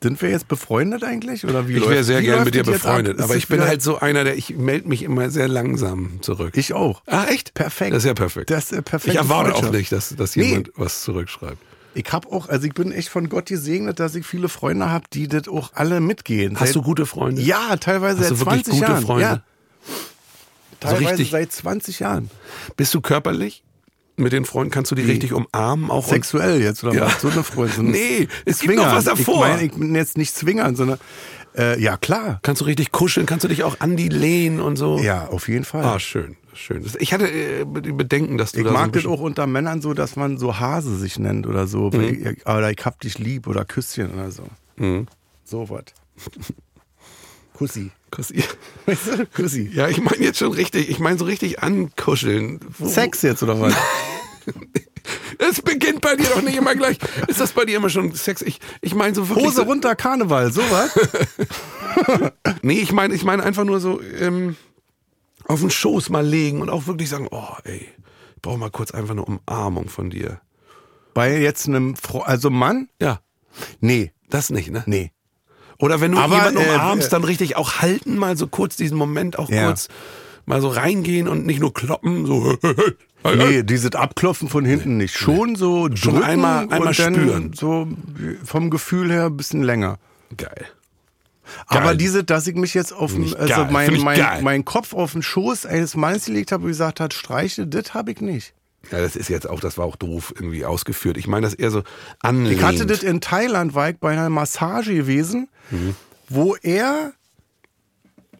Speaker 2: Sind wir jetzt befreundet eigentlich? Oder wie
Speaker 3: Ich wäre
Speaker 2: läuft-
Speaker 3: sehr
Speaker 2: wie
Speaker 3: gern
Speaker 2: läuft
Speaker 3: mit dir
Speaker 2: das jetzt ab?
Speaker 3: befreundet,
Speaker 2: Ist
Speaker 3: aber
Speaker 2: das
Speaker 3: ich bin
Speaker 2: wieder-
Speaker 3: halt so einer, der ich melde mich immer sehr langsam zurück.
Speaker 2: Ich auch.
Speaker 3: ah, echt?
Speaker 2: Perfekt.
Speaker 3: Das ist ja perfekt.
Speaker 2: Das ist eine perfekte
Speaker 3: ich erwarte auch
Speaker 2: Freundschaft.
Speaker 3: nicht, dass, dass
Speaker 2: Nee.
Speaker 3: jemand was zurückschreibt.
Speaker 2: Ich habe auch, also ich bin echt von Gott gesegnet, dass ich viele Freunde habe, die das auch alle mitgehen.
Speaker 3: Hast
Speaker 2: Seit-
Speaker 3: du gute Freunde?
Speaker 2: Ja, teilweise
Speaker 3: Hast
Speaker 2: seit
Speaker 3: du wirklich
Speaker 2: 20
Speaker 3: gute
Speaker 2: Jahren.
Speaker 3: Freunde?
Speaker 2: Ja,
Speaker 3: Also
Speaker 2: teilweise
Speaker 3: richtig-
Speaker 2: seit 20 Jahren.
Speaker 3: Bist du körperlich? Mit den Freunden kannst du die richtig umarmen? Auch und-
Speaker 2: Sexuell jetzt oder
Speaker 3: Ja.
Speaker 2: was? So eine Freundin. So ein
Speaker 3: [LAUGHS] Nee, es gibt noch was davor.
Speaker 2: Ich meine, ich bin jetzt nicht Zwingern, sondern äh, ja klar.
Speaker 3: Kannst du richtig kuscheln? Kannst du dich auch an die lehnen und so?
Speaker 2: Ja, auf jeden Fall.
Speaker 3: Ah, schön. schön. Das- Ich hatte äh, die Bedenken, dass du
Speaker 2: Ich
Speaker 3: da so ein
Speaker 2: mag das
Speaker 3: bisschen-
Speaker 2: auch unter Männern so, dass man so Hase sich nennt oder so.
Speaker 3: Mhm.
Speaker 2: Ich- Oder ich hab dich lieb oder Küsschen oder so. So was. [LAUGHS] Kussi. Weißt du? Kussi.
Speaker 3: Ja, ich meine jetzt schon richtig. Ich meine so richtig ankuscheln. Wo-
Speaker 2: Sex jetzt oder
Speaker 3: [LAUGHS]
Speaker 2: was?
Speaker 3: Es beginnt bei dir doch nicht immer gleich. Ist das bei dir immer schon Sex? Ich, ich meine so wirklich.
Speaker 2: Hose
Speaker 3: so,
Speaker 2: runter, Karneval, sowas.
Speaker 3: [LAUGHS] Nee, ich meine ich meine einfach nur so ähm, auf den Schoß mal legen und auch wirklich sagen, oh ey, ich brauche mal kurz einfach eine Umarmung von dir.
Speaker 2: Bei jetzt einem, Fro also Mann?
Speaker 3: Ja,
Speaker 2: Nee,
Speaker 3: das nicht, ne?
Speaker 2: nee.
Speaker 3: Oder wenn du
Speaker 2: Aber,
Speaker 3: jemanden
Speaker 2: äh,
Speaker 3: umarmst,
Speaker 2: äh,
Speaker 3: dann richtig auch halten, mal so kurz diesen Moment auch
Speaker 2: Ja.
Speaker 3: kurz mal so reingehen und nicht nur kloppen, so. [LAUGHS]
Speaker 2: Nee, dieses Abklopfen von hinten nicht. Schon so drücken
Speaker 3: Schon einmal- einmal
Speaker 2: und dann
Speaker 3: spüren.
Speaker 2: so vom Gefühl her ein bisschen länger.
Speaker 3: Geil.
Speaker 2: Aber
Speaker 3: Geil.
Speaker 2: diese, dass ich mich jetzt auf den,
Speaker 3: ich
Speaker 2: also
Speaker 3: geil, find
Speaker 2: mein,
Speaker 3: ich geil.
Speaker 2: mein, mein Kopf auf den Schoß eines Mannes gelegt habe und gesagt hat, streiche, das habe ich nicht.
Speaker 3: Ja, das ist jetzt auch, das war auch doof irgendwie ausgeführt. Ich meine das eher so anlehnend.
Speaker 2: Ich hatte das in Thailand, war ich bei einer Massage gewesen,
Speaker 3: Mhm.
Speaker 2: wo er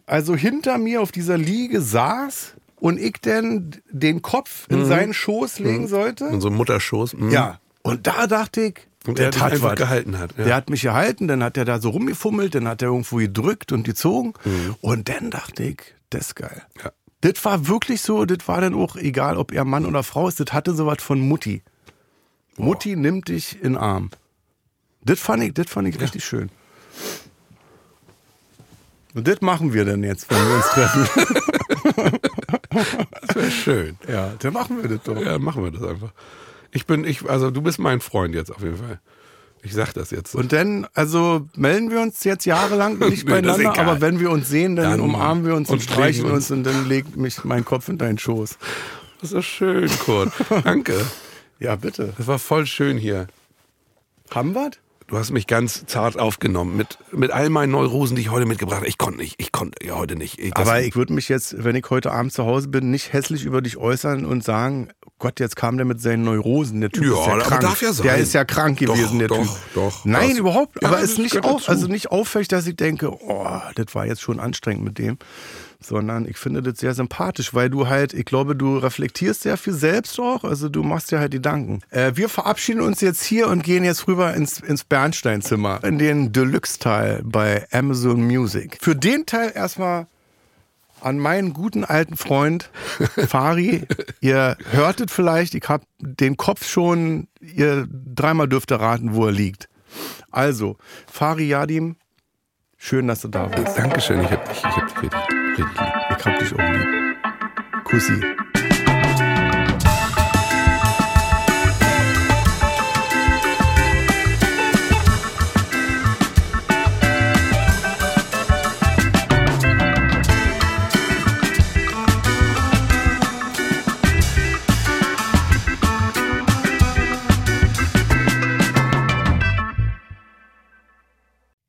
Speaker 2: also hinter mir auf dieser Liege saß und ich dann den Kopf
Speaker 3: Mhm.
Speaker 2: in seinen Schoß legen sollte.
Speaker 3: Und so Mutterschoß. mhm.
Speaker 2: Ja. Und da dachte ich,
Speaker 3: Und der,
Speaker 2: das
Speaker 3: dich einfach
Speaker 2: was.
Speaker 3: gehalten hat. Ja.
Speaker 2: Der hat mich gehalten, dann hat er da so rumgefummelt, dann hat er irgendwo gedrückt und gezogen. Und dann dachte ich, das ist geil.
Speaker 3: Mhm. Ja.
Speaker 2: Das war wirklich so, das war dann auch egal, ob er Mann oder Frau ist, das hatte sowas von Mutti. Mutti nimmt dich in den Arm. Das fand ich, das fand ich richtig schön. Und das machen wir dann jetzt, wenn wir uns
Speaker 3: [LAUGHS]
Speaker 2: treffen.
Speaker 3: Schön.
Speaker 2: ja, dann machen wir das doch.
Speaker 3: Ja, machen wir das einfach. Ich bin, ich, also du bist mein Freund jetzt auf jeden Fall. Ich sag das jetzt.
Speaker 2: Und dann, also melden wir uns jetzt
Speaker 3: [LAUGHS]
Speaker 2: jahrelang nicht
Speaker 3: Nee, das ist
Speaker 2: beieinander,
Speaker 3: egal.
Speaker 2: aber wenn wir uns sehen, dann,
Speaker 3: Dann
Speaker 2: umarmen wir uns und,
Speaker 3: und
Speaker 2: streichen
Speaker 3: legen uns.
Speaker 2: uns und dann legt mich mein Kopf in deinen Schoß.
Speaker 3: das ist schön, Kurt. [LAUGHS] Danke.
Speaker 2: [LAUGHS] Ja, bitte.
Speaker 3: Das war voll schön hier.
Speaker 2: Haben wir?
Speaker 3: Du hast mich ganz zart aufgenommen mit, mit all meinen Neurosen, die ich heute mitgebracht habe. Ich konnte nicht, ich konnte ja heute nicht. Ich, das-
Speaker 2: Aber ich würde mich jetzt, wenn ich heute Abend zu Hause bin, nicht hässlich über dich äußern und sagen, Gott, jetzt kam der mit seinen Neurosen, der Typ
Speaker 3: Ja,
Speaker 2: ist ja
Speaker 3: aber
Speaker 2: krank.
Speaker 3: darf ja sein.
Speaker 2: Der ist ja krank
Speaker 3: Doch,
Speaker 2: gewesen, der
Speaker 3: doch,
Speaker 2: Typ.
Speaker 3: doch.
Speaker 2: Nein,
Speaker 3: Das-
Speaker 2: überhaupt,
Speaker 3: Ja,
Speaker 2: aber
Speaker 3: das
Speaker 2: ist nicht
Speaker 3: gehört
Speaker 2: auf,
Speaker 3: dazu.
Speaker 2: also nicht auffällig, dass ich denke, oh, das war jetzt schon anstrengend mit dem, sondern ich finde das sehr sympathisch, weil du halt, ich glaube, du reflektierst sehr viel selbst auch, also du machst dir halt Gedanken. Äh, wir verabschieden uns jetzt hier und gehen jetzt rüber ins, ins Bernsteinzimmer, in den Deluxe-Teil bei Amazon Music. Für den Teil erstmal an meinen guten alten Freund Fari. ihr hörtet vielleicht, ich habe den Kopf schon, ihr dreimal dürft ihr raten, wo er liegt. Also, Fari Yadim, schön, dass du da bist.
Speaker 3: Dankeschön, ich hab dich, ich hab dich richtig, richtig lieb.
Speaker 2: Ich hab dich auch lieb. Kussi.